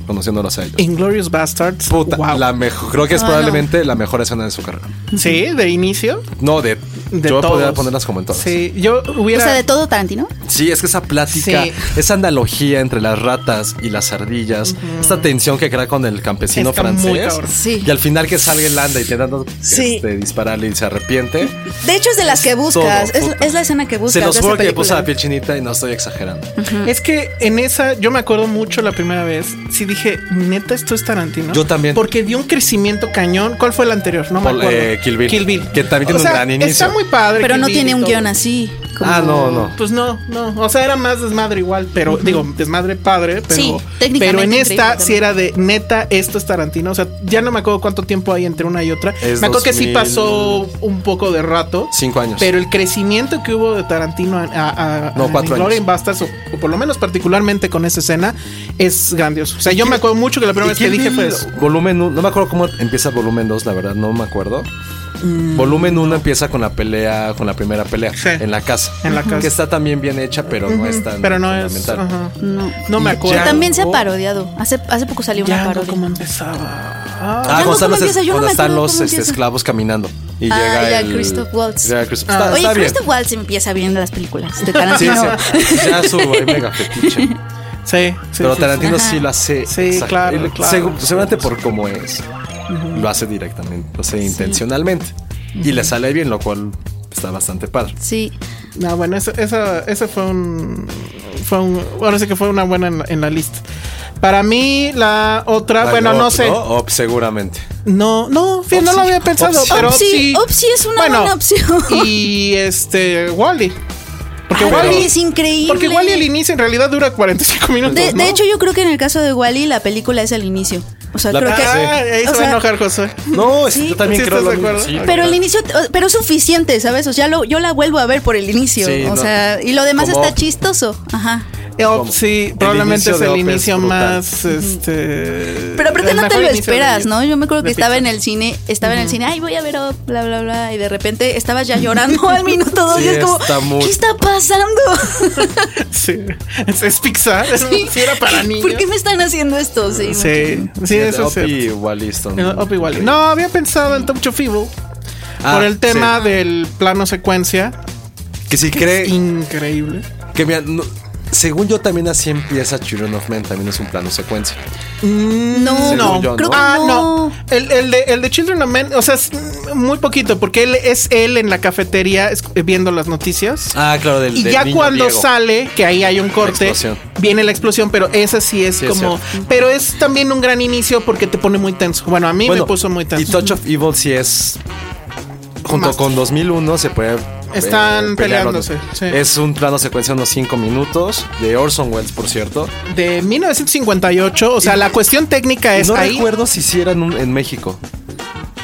Speaker 4: conociéndolos a ellos.
Speaker 3: Inglorious Bastards.
Speaker 4: Puta,
Speaker 3: Wow.
Speaker 4: la mejor, creo que es
Speaker 5: Ah,
Speaker 4: probablemente la mejor escena de su carrera.
Speaker 3: Sí, de inicio.
Speaker 4: No, de,
Speaker 3: De
Speaker 4: yo
Speaker 3: todos.
Speaker 4: podría ponerlas como en todas. Sí.
Speaker 3: Sí, yo
Speaker 5: O
Speaker 3: hubiera.
Speaker 5: sea, de todo Tarantino.
Speaker 4: es que esa plática,
Speaker 3: Sí.
Speaker 4: esa analogía entre las ratas y las ardillas, esta tensión que crea con el campesino
Speaker 3: Está muy
Speaker 4: francés.
Speaker 3: cabrón.
Speaker 5: Sí.
Speaker 4: Y al final que salga el anda y te dan
Speaker 5: Sí.
Speaker 4: este, dispararle y se arrepiente.
Speaker 5: De hecho, es de las que buscas.
Speaker 4: todo,
Speaker 5: es,
Speaker 4: puta.
Speaker 5: es la escena que buscas.
Speaker 4: se los
Speaker 5: de esa
Speaker 4: juro que me
Speaker 5: película.
Speaker 4: puso la piel chinita y no estoy exagerando.
Speaker 3: Es que en esa, yo me acuerdo mucho la primera vez. Sí dije, neta, esto es Tarantino.
Speaker 4: Yo también.
Speaker 3: Porque dio un crecimiento cañón. ¿Cuál fue el anterior? No
Speaker 4: Pol-
Speaker 3: me acuerdo.
Speaker 4: eh, Kill Bill. Que también tiene
Speaker 3: O
Speaker 4: un
Speaker 3: sea,
Speaker 4: gran inicio.
Speaker 3: Está muy padre.
Speaker 5: Pero
Speaker 3: Kill
Speaker 5: no
Speaker 3: Bill
Speaker 5: tiene
Speaker 3: y
Speaker 5: un
Speaker 3: todo.
Speaker 5: guión así. como-
Speaker 4: Ah, no, no.
Speaker 3: Pues no, no. O sea, era más desmadre igual, pero digo, desmadre padre, pero,
Speaker 5: Sí, técnicamente
Speaker 3: pero en esta
Speaker 5: increíble
Speaker 3: sí era de neta, esto es Tarantino. O sea, ya no me acuerdo cuánto tiempo hay entre una y otra.
Speaker 4: Es
Speaker 3: me acuerdo que sí
Speaker 4: 2000.
Speaker 3: pasó un poco de rato.
Speaker 4: Cinco años.
Speaker 3: Pero el crecimiento que hubo de Tarantino a, a, a-
Speaker 4: No,
Speaker 3: a
Speaker 4: cuatro
Speaker 3: Inglourious
Speaker 4: años.
Speaker 3: Basterds, o, o por lo menos particularmente con esa escena, es grandioso. O sea, yo me acuerdo mucho que la primera vez que
Speaker 4: Kill
Speaker 3: dije pues,
Speaker 4: Bill,
Speaker 3: fue eso.
Speaker 4: Volumen 1, no me acuerdo cómo empieza volumen 2, la verdad, no me acuerdo. volumen 1 empieza con la pelea, con la primera pelea,
Speaker 3: Sí.
Speaker 4: en la casa.
Speaker 3: En la casa.
Speaker 4: Que está también bien hecha, pero no es tan
Speaker 3: Pero no es.
Speaker 4: fundamental.
Speaker 3: ajá.
Speaker 5: No.
Speaker 3: No me
Speaker 4: Y
Speaker 3: acuerdo.
Speaker 4: Django.
Speaker 5: También se ha parodiado. Hace, hace poco salió una
Speaker 3: Ya,
Speaker 5: parodia.
Speaker 3: ¿cómo empezaba?
Speaker 4: Ah,
Speaker 3: Ah,
Speaker 4: cuando
Speaker 5: Django,
Speaker 4: están
Speaker 5: ¿cómo
Speaker 4: los,
Speaker 5: empieza? Yo no
Speaker 4: cuando
Speaker 5: me
Speaker 4: están
Speaker 5: acuerdo
Speaker 4: los
Speaker 5: cómo
Speaker 4: este,
Speaker 5: empieza.
Speaker 4: esclavos caminando. Y
Speaker 5: Ah,
Speaker 4: llega
Speaker 5: ya,
Speaker 4: el.
Speaker 5: Christoph Waltz.
Speaker 4: llega Christoph.
Speaker 3: Ah.
Speaker 4: Está-
Speaker 5: Oye,
Speaker 4: está bien.
Speaker 5: Christoph Waltz empieza viendo las películas de
Speaker 4: Sí,
Speaker 5: Tarantino.
Speaker 4: sí, ya su mega fetiche.
Speaker 3: sí, sí,
Speaker 4: Pero
Speaker 3: sí,
Speaker 4: Tarantino
Speaker 5: sí.
Speaker 4: sí lo hace.
Speaker 3: Sí,
Speaker 4: exacto.
Speaker 3: claro,
Speaker 4: Él-
Speaker 3: claro.
Speaker 4: segu- seguramente por cómo es. Lo hace directamente, lo hace intencionalmente. Y le sale bien, lo cual está bastante padre.
Speaker 5: Sí.
Speaker 3: No, Ah, bueno, eso, eso, eso fue un. Fue un. Bueno, sé que fue una buena en, la- en la lista. Para mí, la otra, Ah, bueno, no sé.
Speaker 4: Op, seguramente.
Speaker 3: No, no, fíjate, no lo había pensado,
Speaker 4: Opsi.
Speaker 3: pero
Speaker 5: Opsi,
Speaker 3: sí.
Speaker 5: Opsi es una buena opción.
Speaker 3: Y este, Wally. Porque
Speaker 5: Ah, Wall-E
Speaker 3: Wally
Speaker 5: es increíble.
Speaker 3: Porque Wally al inicio en realidad dura 45 minutos.
Speaker 5: De,
Speaker 3: ¿no?
Speaker 5: de hecho, yo creo que en el caso de Wally, la película es el inicio. O sea,
Speaker 4: La-
Speaker 5: creo que.
Speaker 3: Ah, ahí se
Speaker 5: o
Speaker 3: va
Speaker 5: sea,
Speaker 3: a enojar Josué.
Speaker 4: No, es-
Speaker 5: Sí.
Speaker 4: yo también
Speaker 3: ¿Sí
Speaker 4: creo
Speaker 3: estás
Speaker 4: lo
Speaker 3: de
Speaker 4: mismo.
Speaker 3: acuerdo?
Speaker 4: Sí,
Speaker 5: Pero el inicio, o- pero es suficiente, ¿sabes? O sea, lo- yo la vuelvo a ver por el inicio.
Speaker 4: Sí, no.
Speaker 5: o sea, y lo demás
Speaker 4: Como-
Speaker 5: está chistoso. Ajá.
Speaker 3: Eh, Op, sí, probablemente
Speaker 4: inicio
Speaker 3: es
Speaker 4: de
Speaker 3: el
Speaker 4: Op es
Speaker 3: inicio
Speaker 4: brutal.
Speaker 3: más. Este,
Speaker 5: Pero aparte
Speaker 3: el
Speaker 5: no te
Speaker 3: mejor
Speaker 5: lo
Speaker 3: inicio de-
Speaker 5: esperas, ¿no? Yo me acuerdo que
Speaker 3: de
Speaker 5: estaba en
Speaker 3: Pixar.
Speaker 5: el cine, estaba en el cine, ay, voy a ver, oh, bla, bla, bla, y de repente estaba ya llorando al minuto dos
Speaker 4: Sí,
Speaker 5: y es como,
Speaker 4: está muy-
Speaker 5: ¿qué está pasando?
Speaker 3: Sí. Es, es Pixar. es- sí, era para niños.
Speaker 5: ¿Por qué me están haciendo esto? Sí,
Speaker 3: Sí, sí,
Speaker 4: Op
Speaker 3: eso es cierto.
Speaker 4: y Wall-E son-
Speaker 3: Eh, Op igual. No, había pensado en Tom Feeble
Speaker 4: Ah,
Speaker 3: por el tema
Speaker 4: sí.
Speaker 3: del plano secuencia.
Speaker 4: Que si cree.
Speaker 3: Increíble.
Speaker 4: Que mira, no- según yo también así empieza Children of Men, también es un plano secuencia.
Speaker 5: No,
Speaker 4: Según yo,
Speaker 5: creo
Speaker 4: ¿no?
Speaker 5: que
Speaker 3: Ah,
Speaker 5: no.
Speaker 3: no. El, el de, el de Children of Men, o sea, es muy poquito, porque él es él en la cafetería es- eh, viendo las noticias.
Speaker 4: Ah, claro, del
Speaker 3: y
Speaker 4: del
Speaker 3: ya
Speaker 4: niño
Speaker 3: cuando
Speaker 4: Diego.
Speaker 3: sale, que ahí hay un corte,
Speaker 4: explosión.
Speaker 3: viene la explosión, pero esa sí es
Speaker 4: Sí, es
Speaker 3: como. pero es también un gran inicio porque te pone muy tenso. Bueno, a mí
Speaker 4: Bueno,
Speaker 3: me puso muy
Speaker 4: Y
Speaker 3: tenso.
Speaker 4: Touch of Evil sí es. Junto
Speaker 3: Más.
Speaker 4: con 2001 se puede.
Speaker 3: Están
Speaker 4: pelear
Speaker 3: peleándose,
Speaker 4: otro.
Speaker 3: sí.
Speaker 4: Es un plano secuencia de unos 5 minutos. De Orson Welles, por cierto.
Speaker 3: De 1958, o sea, la cuestión técnica es
Speaker 4: no
Speaker 3: ahí.
Speaker 4: recuerdo si hicieron en México.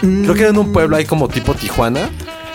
Speaker 4: Creo que era en un pueblo ahí como tipo Tijuana.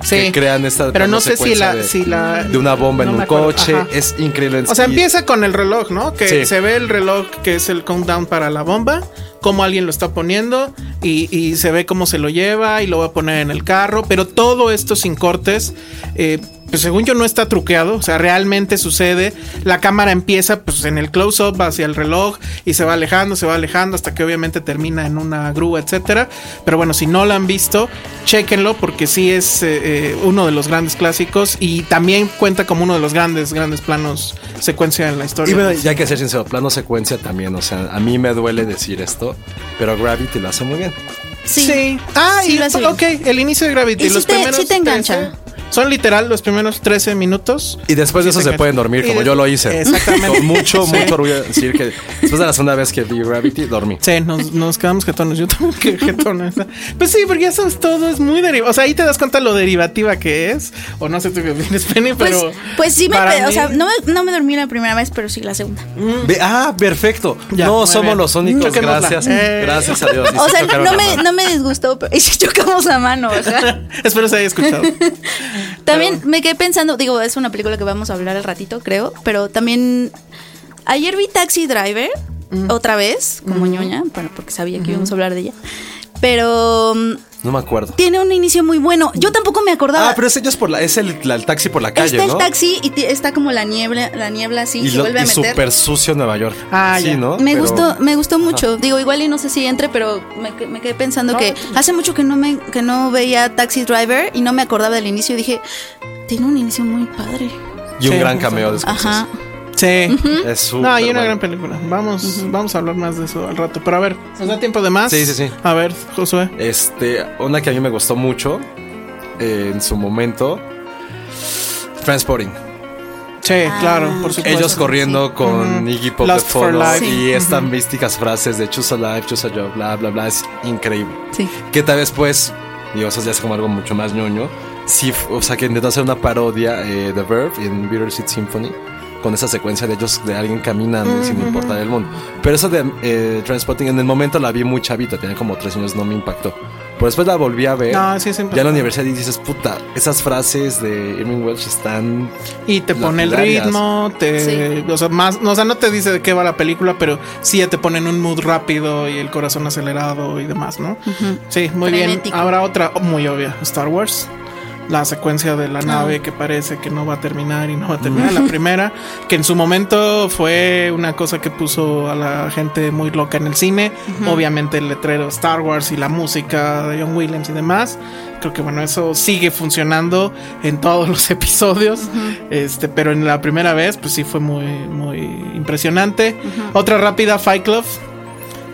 Speaker 3: Sí.
Speaker 4: Que crean esta.
Speaker 3: Pero no
Speaker 4: plano
Speaker 3: sé si
Speaker 4: secuencia
Speaker 3: la,
Speaker 4: de-
Speaker 3: si la-
Speaker 4: de una bomba
Speaker 3: no
Speaker 4: en un
Speaker 3: me acuerdo,
Speaker 4: coche.
Speaker 3: ajá.
Speaker 4: Es increíble.
Speaker 3: O sea,
Speaker 4: Y-
Speaker 3: empieza con el reloj, ¿no? Que
Speaker 4: Sí.
Speaker 3: se ve el reloj que es el countdown para la bomba, cómo alguien lo está poniendo y, y se ve cómo se lo lleva y lo va a poner en el carro, pero todo esto sin cortes. eh, pues según yo no está truqueado, o sea, realmente sucede. La cámara empieza pues en el close-up hacia el reloj y se va alejando, se va alejando hasta que obviamente termina en una grúa, etcétera. Pero bueno, si no la han visto, chéquenlo porque sí es eh, eh, uno de los grandes clásicos y también cuenta como uno de los grandes, grandes planos secuencia en la historia.
Speaker 4: Y bueno, ya hay que ser sincero, plano secuencia también. O sea, a mí me duele decir esto, pero Gravity lo hace muy bien.
Speaker 5: Sí.
Speaker 3: Ah,
Speaker 5: Sí,
Speaker 3: y
Speaker 5: lo hace bien.
Speaker 3: ok, el inicio de Gravity.
Speaker 5: Y sí
Speaker 3: los
Speaker 5: te-
Speaker 3: primeros
Speaker 5: sí te engancha.
Speaker 3: 13, son literal los primeros 13 minutos.
Speaker 4: Y después de eso
Speaker 3: Sí,
Speaker 4: se
Speaker 3: te
Speaker 4: pueden dormir,
Speaker 3: engancha.
Speaker 4: como
Speaker 3: Y
Speaker 4: yo lo
Speaker 3: de-
Speaker 4: hice.
Speaker 3: Exactamente.
Speaker 4: Con mucho,
Speaker 3: Sí.
Speaker 4: mucho orgullo decir que después de la segunda vez que vi Gravity, dormí.
Speaker 3: Sí, nos, nos quedamos jetones. Yo también quedé jetona. Pues sí, porque eso es todo, es muy derivativo. O sea, ahí te das cuenta lo derivativa que es. O no sé tú qué opinas, Penny,
Speaker 5: Pues,
Speaker 3: pero.
Speaker 5: pues sí me,
Speaker 3: para
Speaker 5: pe- o
Speaker 3: mí-
Speaker 5: sea, no me, no me dormí la primera vez, pero sí la segunda.
Speaker 4: Ve- ah, perfecto.
Speaker 3: Ya,
Speaker 4: no
Speaker 3: muy
Speaker 4: somos
Speaker 3: bien.
Speaker 4: los únicos.
Speaker 3: Choquémosla.
Speaker 4: Gracias.
Speaker 3: Eh.
Speaker 4: Gracias a Dios. Y
Speaker 5: O
Speaker 4: sí
Speaker 5: sea, no,
Speaker 4: tocaron
Speaker 5: no
Speaker 4: la
Speaker 5: me,
Speaker 4: mano.
Speaker 5: no me disgustó, pero y si chocamos la mano, o sea.
Speaker 3: Espero se haya escuchado.
Speaker 5: También me quedé pensando, digo, es una película que vamos a hablar al ratito, creo, pero también ayer vi Taxi Driver otra vez, como ñoña, bueno, porque sabía que íbamos a hablar de ella. Pero mm,
Speaker 4: No me acuerdo.
Speaker 5: tiene un inicio muy bueno. Yo tampoco me acordaba.
Speaker 4: Ah, pero ese ya es por la, es el, la- el taxi por la calle,
Speaker 5: está el
Speaker 4: ¿no?
Speaker 5: taxi y ti- está como la niebla, la niebla así
Speaker 4: y
Speaker 5: se
Speaker 4: lo-
Speaker 5: vuelve a
Speaker 4: y
Speaker 5: meter.
Speaker 4: súper sucio Nueva York.
Speaker 3: Ah,
Speaker 4: sí,
Speaker 3: ya.
Speaker 4: ¿no?
Speaker 5: Me
Speaker 4: Pero-
Speaker 5: gustó, me gustó mucho. Digo, igual y no sé si entre, pero me, que- me quedé pensando que hace mucho que no me que no veía Taxi Driver y no me acordaba del inicio y dije, tiene un inicio muy padre.
Speaker 4: Y un
Speaker 3: Sí,
Speaker 4: gran
Speaker 3: justo.
Speaker 4: cameo de Scorsese.
Speaker 5: Ajá. ¿Mm?
Speaker 3: Sí.
Speaker 4: Es súper
Speaker 3: No, hay una
Speaker 4: bueno.
Speaker 3: gran película. Vamos, vamos a hablar más de eso al rato. Pero a ver, ¿nos da tiempo de más?
Speaker 4: Sí, sí, sí.
Speaker 3: A ver, Josué.
Speaker 4: Este, una que a mí me gustó mucho eh, en su momento. Transporting.
Speaker 3: Sí,
Speaker 5: Ah.
Speaker 3: claro, por supuesto.
Speaker 4: Ellos corriendo con
Speaker 3: Ujú.
Speaker 4: Iggy Pop de
Speaker 3: Lost for
Speaker 4: fondo
Speaker 3: Life.
Speaker 4: y estas místicas frases de choose a life, choose a job, bla, bla, bla. Es increíble.
Speaker 5: Sí.
Speaker 4: Que tal vez, pues, digo, eso ya es como algo mucho más ñoño. Sí, f- o sea, que intentó hacer una parodia eh, de Verve en Bitter Seed Symphony con esa secuencia de ellos, de alguien caminando sin importar el mundo. Pero eso de eh, Transporting, en el momento la vi muy chavita, tenía como tres años, no me impactó. Pero después la volví a ver.
Speaker 3: No, sí, es
Speaker 4: ya en
Speaker 3: impactante.
Speaker 4: la universidad y dices, puta, esas frases de Irving Welsh están
Speaker 3: Y te pone el
Speaker 4: Lapidarias.
Speaker 3: ritmo, te, o sea, más, no, o sea, no te dice de qué va la película, pero sí ya te pone en un mood rápido y el corazón acelerado y demás, ¿no? Sí, muy
Speaker 5: Frenético.
Speaker 3: bien. Habrá otra oh, muy obvia, Star Wars. La secuencia de la nave que parece que no va a terminar y no va a terminar. La primera, que en su momento fue una cosa que puso a la gente muy loca en el cine. Obviamente el letrero Star Wars y la música de John Williams y demás. Creo que bueno, eso sigue funcionando en todos los episodios. Este, pero en la primera vez, pues sí fue muy, muy impresionante. Otra rápida, Fight Club.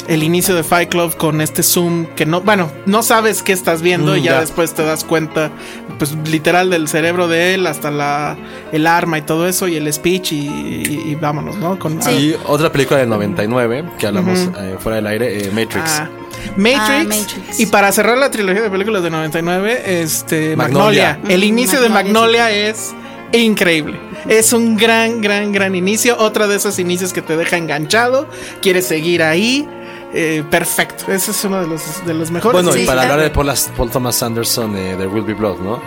Speaker 3: el inicio de Fight Club con este zoom que no, bueno, no sabes qué estás viendo
Speaker 4: Mm,
Speaker 3: y ya,
Speaker 4: ya.
Speaker 3: después te das cuenta, pues literal del cerebro de él hasta la el arma y todo eso y el speech y, y- y vámonos, ¿no? Con
Speaker 4: Y otra película del 99 que hablamos eh, fuera del aire, eh, Matrix.
Speaker 3: Ah, Matrix,
Speaker 5: Ah, Matrix.
Speaker 3: Y para cerrar la trilogía de películas de 99, este,
Speaker 4: Magnolia.
Speaker 3: Magnolia. El inicio de
Speaker 5: Mm, Magnolia,
Speaker 3: Magnolia es increíble. Es un gran, gran, gran inicio. Otra de esos inicios que te deja enganchado. Quieres seguir ahí. Eh, perfecto. Ese es uno de los, de los mejores.
Speaker 4: Bueno,
Speaker 5: Sí,
Speaker 4: y para
Speaker 5: claro.
Speaker 4: hablar de Paul, As- Paul Thomas Anderson, eh, There Will Be Blood, ¿no?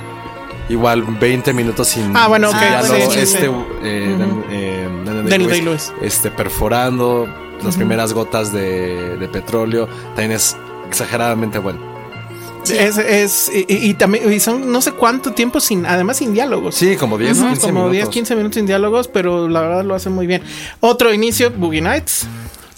Speaker 4: Igual 20 minutos sin.
Speaker 3: Ah, bueno,
Speaker 4: sin
Speaker 5: ok,
Speaker 4: diálogo,
Speaker 5: sí, sí, sí.
Speaker 4: este, eh, Dan- eh, Daniel
Speaker 3: Daniel
Speaker 4: Day-Lewis,
Speaker 3: Day-Lewis.
Speaker 4: Este, perforando las primeras gotas de, de petróleo. También es exageradamente bueno.
Speaker 3: es, es- y, y- y también y son no sé cuánto tiempo sin, además sin diálogos.
Speaker 4: Sí, como 10,
Speaker 3: Ujú,
Speaker 4: 15
Speaker 3: como
Speaker 4: minutos.
Speaker 3: 10, 15 minutos sin diálogos, pero la verdad lo hacen muy bien. Otro inicio, Boogie Nights.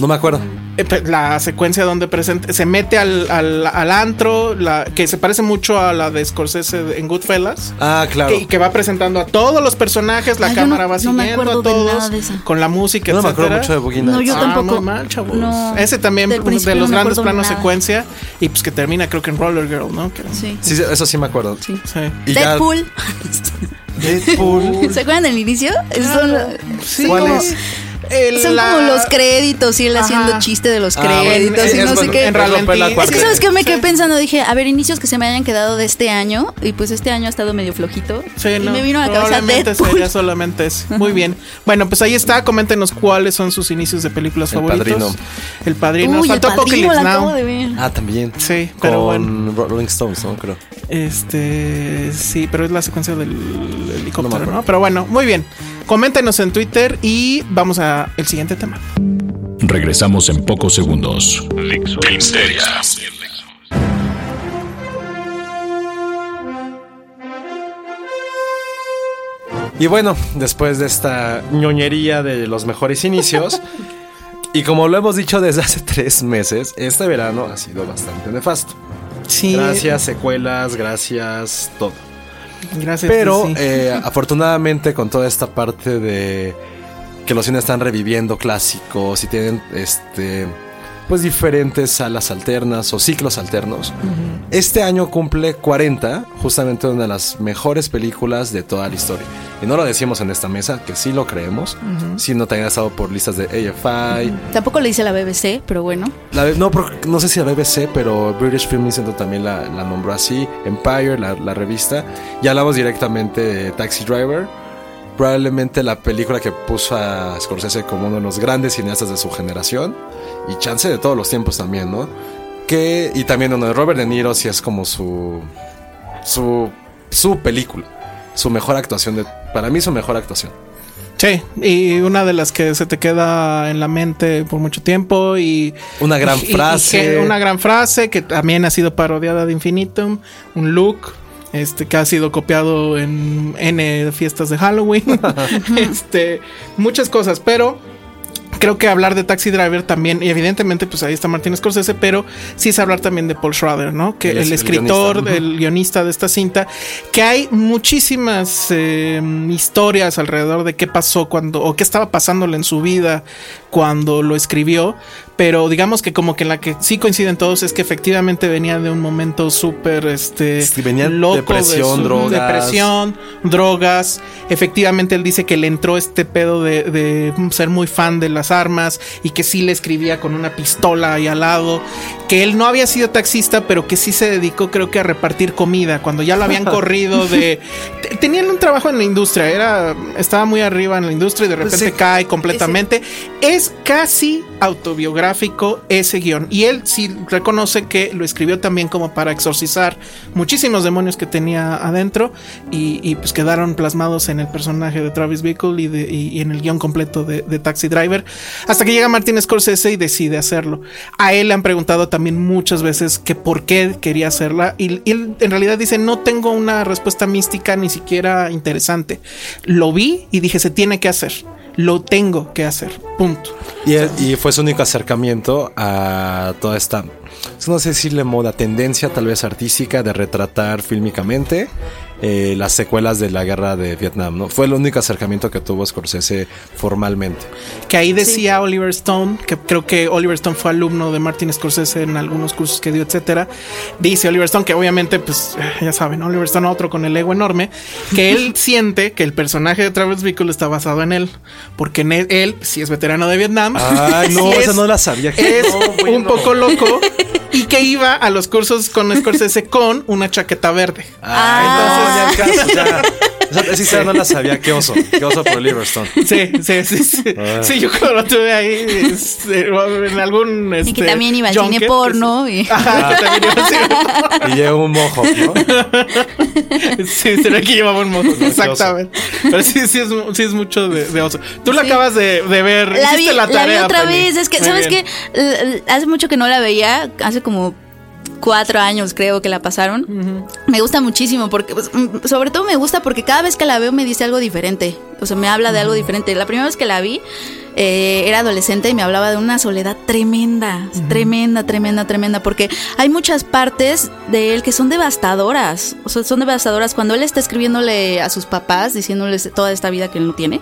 Speaker 4: No me acuerdo.
Speaker 3: Eh, pe- La secuencia donde presenta, se mete al, al- al antro, la, que se parece mucho a la de Scorsese de- en Goodfellas.
Speaker 4: Ah, claro.
Speaker 3: Que, y que va presentando a todos los personajes, la
Speaker 5: Ah, yo
Speaker 3: cámara
Speaker 5: no-
Speaker 3: va
Speaker 5: no me
Speaker 3: siguiendo
Speaker 5: acuerdo
Speaker 3: a
Speaker 5: de
Speaker 3: todos
Speaker 5: nada de esa.
Speaker 3: con la música,
Speaker 4: no me
Speaker 3: etcétera.
Speaker 4: acuerdo mucho de Boogie
Speaker 5: No,
Speaker 4: Nights.
Speaker 5: yo
Speaker 3: Ah,
Speaker 5: tampoco.
Speaker 3: muy mal, chavos.
Speaker 5: No,
Speaker 3: Ese también mm,
Speaker 5: del
Speaker 3: de
Speaker 5: principio
Speaker 3: los
Speaker 5: no me
Speaker 3: grandes
Speaker 5: acuerdo
Speaker 3: planos
Speaker 5: nada.
Speaker 3: secuencia y pues que termina creo que en Roller Girl, ¿no? Que-
Speaker 5: Sí.
Speaker 4: Sí, sí, eso sí me acuerdo.
Speaker 5: Sí.
Speaker 3: sí.
Speaker 4: Y ya-
Speaker 5: Deadpool.
Speaker 3: Deadpool.
Speaker 5: ¿Se acuerdan del inicio? Son,
Speaker 3: Sí,
Speaker 4: ¿Cuál
Speaker 3: como-
Speaker 4: es?
Speaker 3: el-
Speaker 5: son
Speaker 3: la-
Speaker 5: como los créditos y él
Speaker 3: Ajá.
Speaker 5: haciendo chiste de los
Speaker 4: Ah,
Speaker 5: créditos
Speaker 4: bueno,
Speaker 5: y
Speaker 4: es
Speaker 5: no sé
Speaker 4: bueno,
Speaker 5: qué.
Speaker 4: en realidad romper la
Speaker 5: Es
Speaker 4: cuarta.
Speaker 5: que sabes que me quedé pensando, dije, a ver, inicios que se me hayan quedado de este año, y pues este año ha estado medio flojito.
Speaker 3: Sí,
Speaker 5: y
Speaker 3: no,
Speaker 5: me vino a la cabeza
Speaker 3: probablemente
Speaker 5: Deadpool.
Speaker 3: sería solamente eso. Muy bien. Bueno, pues ahí está. Coméntenos cuáles son sus inicios de películas
Speaker 4: El
Speaker 3: favoritos.
Speaker 4: Padrino.
Speaker 3: El Padrino.
Speaker 5: Uy, el
Speaker 3: Faltó
Speaker 5: padrino
Speaker 3: Apocalypse
Speaker 5: la acabo
Speaker 3: Now.
Speaker 5: de ver.
Speaker 4: Ah, también.
Speaker 3: Sí, pero
Speaker 4: con Rolling Stones, ¿no? Creo.
Speaker 3: Este. Sí, pero es la secuencia del
Speaker 4: No me
Speaker 3: helicóptero,
Speaker 4: acuerdo.
Speaker 3: ¿no? Pero bueno, muy bien. Coméntenos en Twitter y vamos a el siguiente tema.
Speaker 1: Regresamos en pocos segundos. Filmsteria.
Speaker 4: Y bueno, después de esta ñoñería de los mejores inicios, y como lo hemos dicho desde hace tres meses, este verano ha sido bastante nefasto.
Speaker 3: Sí.
Speaker 4: Gracias, secuelas, gracias, todo.
Speaker 3: Gracias.
Speaker 4: Pero
Speaker 3: sí, sí.
Speaker 4: eh, afortunadamente con toda esta parte de que los cines están reviviendo clásicos y tienen este pues diferentes salas alternas o ciclos alternos. Este año cumple 40, justamente una de las mejores películas de toda la historia. Y no lo decimos en esta mesa, que sí lo creemos, sino también ha estado por listas de AFI.
Speaker 5: Tampoco le hice a la BBC, pero bueno.
Speaker 4: La- no, por- no sé si la BBC, pero British Film Institute también la, la nombró así. Empire, la, la revista. Ya hablamos directamente de Taxi Driver. Probablemente la película que puso a Scorsese como uno de los grandes cineastas de su generación. Y chance de todos los tiempos también, ¿no? Que, y también uno de Robert De Niro, si es como su. su. su película. Su mejor actuación. De, para mí, su mejor actuación.
Speaker 3: Sí, y una de las que se te queda en la mente por mucho tiempo y
Speaker 4: Una gran
Speaker 3: y- y- y
Speaker 4: frase.
Speaker 3: que- una gran frase que también ha sido parodiada de infinitum, un look este que ha sido copiado en n fiestas de Halloween, este muchas cosas, pero Creo que hablar de Taxi Driver también, y evidentemente, pues ahí está Martin Scorsese, pero sí es hablar también de Paul Schrader, ¿no? Que
Speaker 4: Él
Speaker 3: el,
Speaker 4: es el
Speaker 3: escritor,
Speaker 4: guionista.
Speaker 3: el guionista de esta cinta, que hay muchísimas eh, historias alrededor de qué pasó cuando, o qué estaba pasándole en su vida cuando lo escribió, pero digamos que como que la que sí coinciden todos es que efectivamente venía de un momento súper, este,
Speaker 4: Sí, venía depresión, drogas.
Speaker 3: depresión, drogas. Efectivamente, él dice que le entró este pedo de, de ser muy fan de las armas y que sí le escribía con una pistola ahí al lado. Que él no había sido taxista, pero que sí se dedicó, creo que, a repartir comida cuando ya lo habían corrido de. Te- Tenían un trabajo en la industria, era estaba muy arriba en la industria y de repente
Speaker 4: Pues sí.
Speaker 3: cae completamente. Es casi autobiográfico ese guión. Y él sí reconoce que lo escribió también como para exorcizar muchísimos demonios que tenía adentro y, y, pues quedaron plasmados en el personaje de Travis Bickle y, de- y- y en el guión completo de, de Taxi Driver. Hasta que llega Martin Scorsese y decide hacerlo. A él le han preguntado también muchas veces que por qué quería hacerla y, y él en realidad dice no tengo una respuesta mística ni siquiera interesante. Lo vi y dije se tiene que hacer. Lo tengo que hacer. Punto.
Speaker 4: Y, y fue su único acercamiento a toda esta, no sé decirle moda, tendencia tal vez artística de retratar fílmicamente eh, las secuelas de la guerra de Vietnam, ¿no? Fue el único acercamiento que tuvo Scorsese formalmente.
Speaker 3: Que ahí decía Oliver Stone, que creo que Oliver Stone fue alumno de Martin Scorsese en algunos cursos que dio, etcétera. Dice Oliver Stone que obviamente, pues ya saben, Oliver Stone otro con el ego enorme, que él siente que el personaje de Travis Bickle está basado en él, porque en él, él sí es veterano de Vietnam.
Speaker 4: Ay, Ah, no,
Speaker 3: Sí
Speaker 4: esa no la sabía.
Speaker 3: Es
Speaker 4: No, bueno.
Speaker 3: un poco loco y que iba a los cursos con Scorsese con una chaqueta verde.
Speaker 4: Ah, entonces ya el caso, ya. Esa- esa historia no la sabía. Qué oso. Qué oso por Oliver Stone.
Speaker 3: Sí, sí, sí, sí. Sí, yo cuando lo tuve ahí este, en algún
Speaker 5: Y
Speaker 3: este,
Speaker 5: que también iba al
Speaker 3: junket,
Speaker 5: cine porno. Y...
Speaker 3: Ajá, que también iba al cine.
Speaker 4: Y lleva un mojo, ¿no?
Speaker 3: Sí, será que llevaba un mozo. Exactamente. Pero sí, sí es, mu- sí es mucho de, de oso. Tú la acabas de, de ver.
Speaker 5: La
Speaker 3: hiciste
Speaker 5: vi,
Speaker 3: la
Speaker 5: la vi
Speaker 3: tarea.
Speaker 5: otra
Speaker 3: Penny.
Speaker 5: vez. Es que,
Speaker 3: Muy
Speaker 5: ¿sabes
Speaker 3: bien.
Speaker 5: qué? L- l- Hace mucho que no la veía, hace como cuatro años creo que la pasaron. Me gusta muchísimo porque, pues, mm, sobre todo me gusta porque cada vez que la veo me dice algo diferente. O sea, me habla de algo diferente. La primera vez que la vi eh, era adolescente y me hablaba de una soledad tremenda, tremenda, tremenda, tremenda. Porque hay muchas partes de él que son devastadoras. O sea, son devastadoras cuando él está escribiéndole a sus papás, diciéndoles toda esta vida que él no tiene.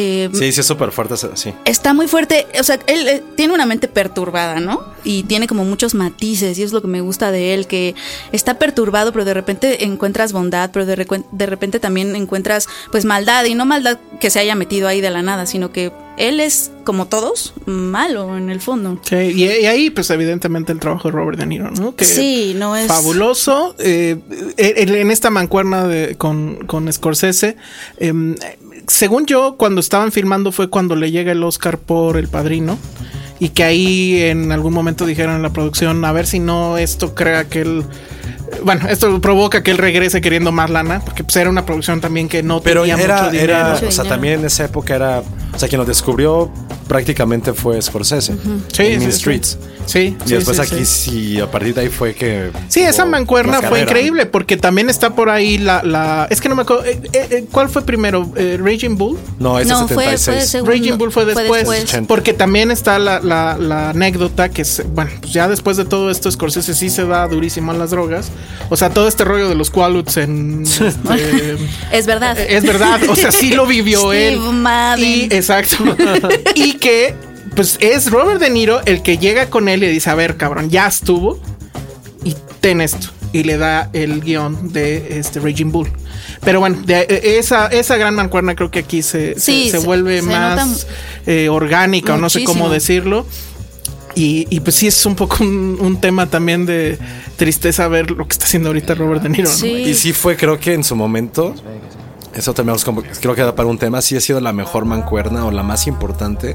Speaker 5: Eh,
Speaker 4: Sí, sí, es súper fuerte. esa- Sí.
Speaker 5: Está muy fuerte, o sea, él eh, tiene una mente perturbada, ¿no? Y tiene como muchos matices, y es lo que me gusta de él, que está perturbado, pero de repente encuentras bondad, pero de, recuen- de repente también encuentras pues maldad, y no maldad que se haya metido ahí de la nada, sino que él es, como todos, malo en el
Speaker 4: Este
Speaker 5: fondo.
Speaker 3: Sí, y, y ahí, pues, evidentemente, el trabajo de Robert De Niro, ¿no? Que
Speaker 5: Sí, no es-
Speaker 3: Fabuloso. Eh, en en esta mancuerna de- con, con Scorsese, em, según yo, cuando estaban filmando fue cuando le llega el Oscar por El Padrino. Y que ahí en algún momento dijeron en la producción, a ver si no esto crea que él... Bueno, esto provoca que él regrese queriendo más lana, porque pues era una producción también que no
Speaker 4: Pero
Speaker 3: tenía
Speaker 4: era,
Speaker 3: mucho dinero.
Speaker 4: era,
Speaker 5: Mucho
Speaker 4: o sea,
Speaker 5: dinero.
Speaker 4: también en esa época era, o sea, quien lo descubrió prácticamente fue Scorsese.
Speaker 3: Sí,
Speaker 4: en
Speaker 3: sí,
Speaker 4: Mean
Speaker 3: sí.
Speaker 4: Streets.
Speaker 3: Sí,
Speaker 4: Y
Speaker 3: sí,
Speaker 4: después
Speaker 3: sí,
Speaker 4: aquí
Speaker 3: sí.
Speaker 4: sí. a partir de ahí fue que.
Speaker 3: Sí, esa
Speaker 4: hubo
Speaker 3: mancuerna
Speaker 4: más
Speaker 3: fue
Speaker 4: carrera.
Speaker 3: increíble porque también está por ahí la, la es que no me acuerdo eh, eh, eh, cuál fue primero Eh, Raging Bull.
Speaker 4: No, ese
Speaker 5: No, fue- fue
Speaker 4: 76.
Speaker 5: ese- Segundo.
Speaker 3: Raging Bull fue
Speaker 5: Fue
Speaker 3: después,
Speaker 5: después.
Speaker 4: 80.
Speaker 3: porque también está la, la- la anécdota que se- bueno pues ya después de todo esto Scorsese sí se da durísimo a las drogas, o sea todo este rollo de los Qualuts en este,
Speaker 5: Es verdad.
Speaker 3: Eh, Es verdad, o sea, sí lo vivió
Speaker 5: Steve
Speaker 3: él.
Speaker 5: Madden.
Speaker 3: Y, exacto. y que, pues, es Robert De Niro el que llega con él y le dice: A ver, cabrón, ya estuvo. Y ten esto. Y le da el guión de este Raging Bull. Pero bueno, de- eh, esa, esa gran mancuerna creo que aquí se, se-
Speaker 5: Sí,
Speaker 3: se
Speaker 5: se-
Speaker 3: vuelve
Speaker 5: se
Speaker 3: más
Speaker 5: nota
Speaker 3: eh, orgánica, o no sé cómo
Speaker 5: muchísimo.
Speaker 3: decirlo. Y, y pues sí es un poco un, un tema también de tristeza ver lo que está haciendo ahorita Robert De Niro. ¿no?
Speaker 5: Sí.
Speaker 4: Y sí fue, creo que en su momento. Eso también es como- creo que da para un tema. Sí ha sido la mejor mancuerna o la más importante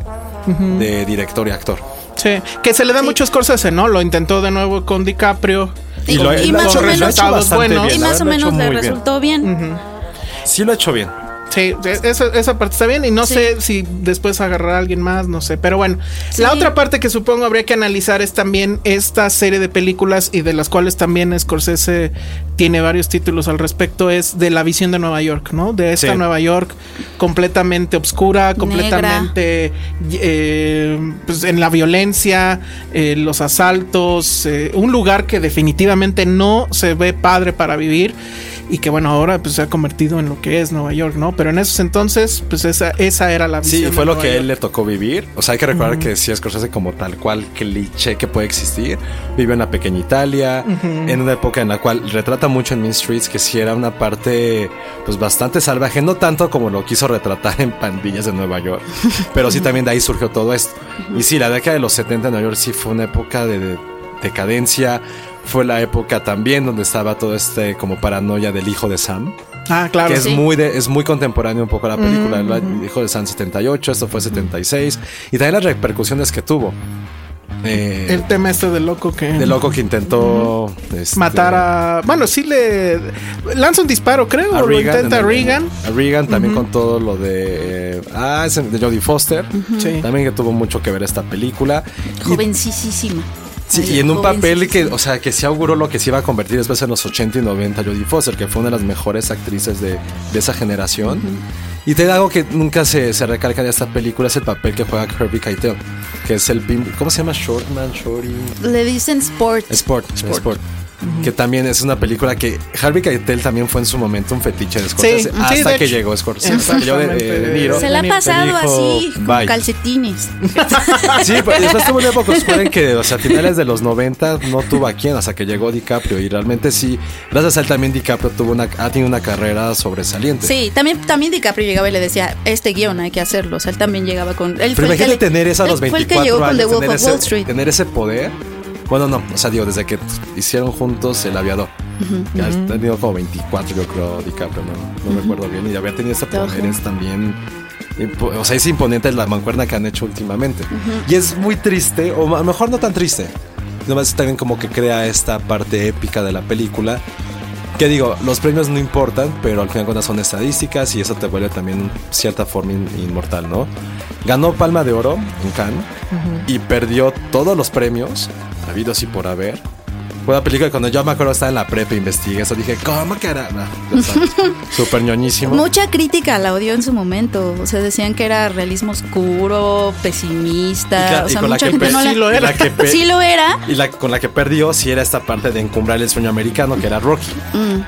Speaker 4: de director y actor.
Speaker 3: Sí, que se le da muchas cosas, ¿no? Lo intentó de nuevo con DiCaprio.
Speaker 5: Y lo- y
Speaker 3: con
Speaker 5: más o menos-
Speaker 3: resultados
Speaker 4: bastante
Speaker 3: buenos.
Speaker 4: bien,
Speaker 5: Y
Speaker 4: la
Speaker 5: más o
Speaker 4: verdad, lo ha hecho
Speaker 5: menos le
Speaker 4: muy bien.
Speaker 5: resultó bien.
Speaker 4: Sí lo ha hecho bien.
Speaker 3: Sí, e-, esa, esa parte está bien y no
Speaker 5: Sí.
Speaker 3: sé si después agarrar a alguien más, no sé, pero bueno. La
Speaker 5: Sí.
Speaker 3: otra parte que supongo habría que analizar es también esta serie de películas y de las cuales también Scorsese tiene varios títulos al respecto, es de la visión de Nueva York, ¿no? De esta
Speaker 4: Sí.
Speaker 3: Nueva York completamente obscura, completamente eh, pues, en la violencia, eh, los asaltos, eh, un lugar que definitivamente no se ve padre para vivir y que bueno, ahora pues se ha convertido en lo que es Nueva York, ¿no? Pero en esos entonces, pues esa, esa era la visión.
Speaker 4: Sí,
Speaker 3: de
Speaker 4: fue lo
Speaker 3: Nueva
Speaker 4: que a
Speaker 3: York.
Speaker 4: él le tocó vivir. O sea, hay que recordar que si Scorsese como tal cual cliché que puede existir, vive en la pequeña Italia, en una época en la cual retrata mucho en Mean Streets, que sí era una parte pues bastante salvaje, no tanto como lo quiso retratar en Pandillas de Nueva York, pero sí también de ahí surgió todo esto. Y sí, la década de los 70 en Nueva York sí fue una época de, de- decadencia, fue la época también donde estaba todo este como paranoia del hijo de Sam
Speaker 3: Ah, claro.
Speaker 4: que es muy de- es muy contemporáneo un poco la película. Él dijo de San 78, esto fue 76 y también las repercusiones que tuvo. Eh,
Speaker 3: El tema este del loco que...
Speaker 4: de loco que intentó este,
Speaker 3: Matar a... Bueno, sí le... Lanza un disparo, creo.
Speaker 4: a
Speaker 3: o lo
Speaker 4: Reagan,
Speaker 3: intenta
Speaker 4: en el-
Speaker 3: Reagan.
Speaker 4: a Reagan también con todo lo de eh, ah, ese de Jodie Foster,
Speaker 3: Sí.
Speaker 4: también que tuvo mucho que ver esta película. Y-
Speaker 5: Jovencísima.
Speaker 4: Sí,
Speaker 5: Ay,
Speaker 4: y en un papel que,
Speaker 5: jovencísima.
Speaker 4: o sea, que se auguró lo que se iba a convertir después en los 80 y 90, Jodie Foster, que fue una de las mejores actrices de, de esa generación. Y te digo algo que nunca se, se recalca de esta película, es el papel que juega Kirby Keitel, que es el, bim- ¿cómo se llama? Shortman, Shorty...
Speaker 5: Le dicen sport.
Speaker 4: Sport, Sport. que también es una película que Harvey Keitel también fue en su momento un fetiche de Scorsese
Speaker 3: sí,
Speaker 4: hasta
Speaker 3: de
Speaker 4: que
Speaker 3: hecho.
Speaker 4: llegó Scorsese. Hasta que llegó de, de- eh, de Niro.
Speaker 5: Se la ha
Speaker 3: Benito
Speaker 5: pasado
Speaker 4: dijo,
Speaker 5: así, con
Speaker 4: "Bye".
Speaker 5: calcetines.
Speaker 4: Sí, pero después tuvo una época oscura en que, o sea, a finales de los 90 no tuvo a quién hasta que llegó DiCaprio. Y realmente sí, gracias a él también DiCaprio tuvo una, ha tenido una carrera sobresaliente.
Speaker 5: Sí, también, también DiCaprio llegaba y le decía, este guión hay que hacerlo. O sea, él también llegaba con... Él
Speaker 4: Pero
Speaker 5: fue el que
Speaker 4: imagínate
Speaker 5: le-
Speaker 4: tener esa a los
Speaker 5: él
Speaker 4: 24
Speaker 5: Fue el que llegó con The
Speaker 4: años,
Speaker 5: Wolf
Speaker 4: tener,
Speaker 5: of Wall
Speaker 4: ese,
Speaker 5: Street.
Speaker 4: tener ese poder. Bueno, no, o sea, digo, desde que hicieron juntos El Aviador. Ya ha tenido como 24, yo creo, DiCaprio, no, no me acuerdo bien. Y haber tenido ese
Speaker 5: Todo
Speaker 4: poder es también... impo- O sea, es imponente la mancuerna que han hecho últimamente. Y es muy triste, o a lo mejor no tan triste. Nomás también como que crea esta parte épica de la película. Que digo, los premios no importan, pero al final de cuentas son estadísticas y eso te vuelve también en cierta forma in- inmortal, ¿no? Ganó Palma de Oro en Cannes y perdió todos los premios, habidos y por haber. Fue una película que cuando yo me acuerdo estaba en la prepa, e investigué eso, dije, ¿cómo que era? No, ya sabes, Súper ñoñísimo.
Speaker 5: Mucha crítica la odió en su momento. O sea, decían que era realismo oscuro,
Speaker 4: Y
Speaker 5: pesimista.
Speaker 4: claro,
Speaker 5: o
Speaker 4: y
Speaker 5: sea,
Speaker 4: con la
Speaker 5: mucha
Speaker 4: que
Speaker 5: gente
Speaker 4: pe-
Speaker 5: no la...
Speaker 4: sí lo era. La que pe-
Speaker 5: Sí lo era.
Speaker 4: Y la con la que perdió sí era esta parte de encumbrar el sueño americano, que era Rocky.
Speaker 3: Mm.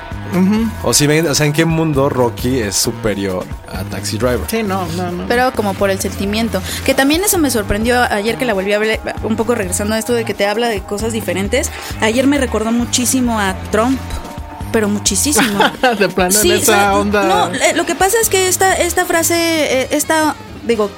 Speaker 4: o, si ven, o sea, ¿en qué mundo Rocky es superior a Taxi Driver?
Speaker 3: Sí, no, no, no.
Speaker 5: pero como por el sentimiento. Que también eso me sorprendió ayer que la volví a ver, un poco regresando a esto de que te habla de cosas diferentes. Ayer me recordó muchísimo a Trump, pero muchísimo.
Speaker 3: de plano
Speaker 5: Sí,
Speaker 3: en
Speaker 5: o sea,
Speaker 3: esa onda.
Speaker 5: No, eh, lo que pasa es que esta, esta frase, eh, esta, digo,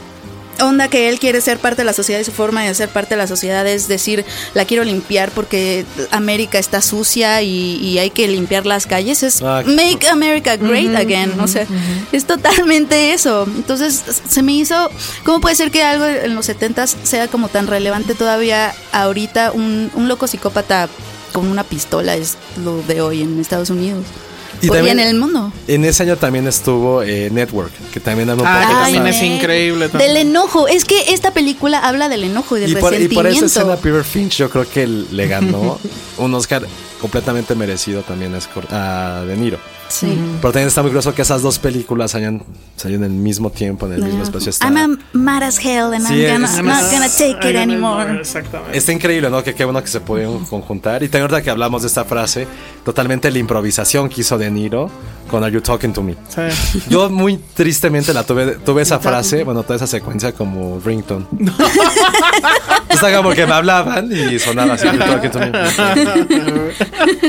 Speaker 5: onda que él quiere ser parte de la sociedad y su forma de ser parte de la sociedad es decir, la quiero limpiar porque América está sucia y, y hay que limpiar las calles. Es
Speaker 4: Ah,
Speaker 5: Make America Great Again. o sea, es totalmente eso. Entonces, se me hizo, ¿cómo puede ser que algo en los 70 sea como tan relevante todavía ahorita? Un, un loco psicópata con una pistola es lo de hoy en Estados Unidos.
Speaker 4: Y
Speaker 5: Y,
Speaker 4: también-
Speaker 5: en el mundo.
Speaker 4: En ese año también estuvo eh, Network, que también habla un
Speaker 3: Ah,
Speaker 4: poco
Speaker 3: que
Speaker 4: de
Speaker 3: también
Speaker 4: esa-
Speaker 3: es increíble también.
Speaker 5: Del enojo. Es que esta película habla del enojo y del
Speaker 4: y por, y
Speaker 5: resentimiento.
Speaker 4: por esa escena Peter Finch yo creo que le ganó un Oscar completamente merecido también a, Scor- a De Niro.
Speaker 5: Sí.
Speaker 4: Pero también está muy curioso que esas dos películas hayan salido en el mismo tiempo, en el mismo espacio. Está,
Speaker 5: I'm a mad as hell and
Speaker 4: Sí,
Speaker 5: I'm
Speaker 4: es-
Speaker 5: gonna, not gonna take it
Speaker 3: Ay, no, no,
Speaker 5: anymore.
Speaker 3: Exactamente.
Speaker 4: está increíble, ¿no? Que qué bueno que se pudieron conjuntar. Y también ahorita que hablamos de esta frase, totalmente la improvisación que hizo De Niro con Are You Talking to Me.
Speaker 3: Sí.
Speaker 4: Yo muy tristemente la tuve, tuve esa frase, bueno, toda esa secuencia como ringtone. o sea, como que me hablaban y sonaba así. yo todo aquí, todo bien.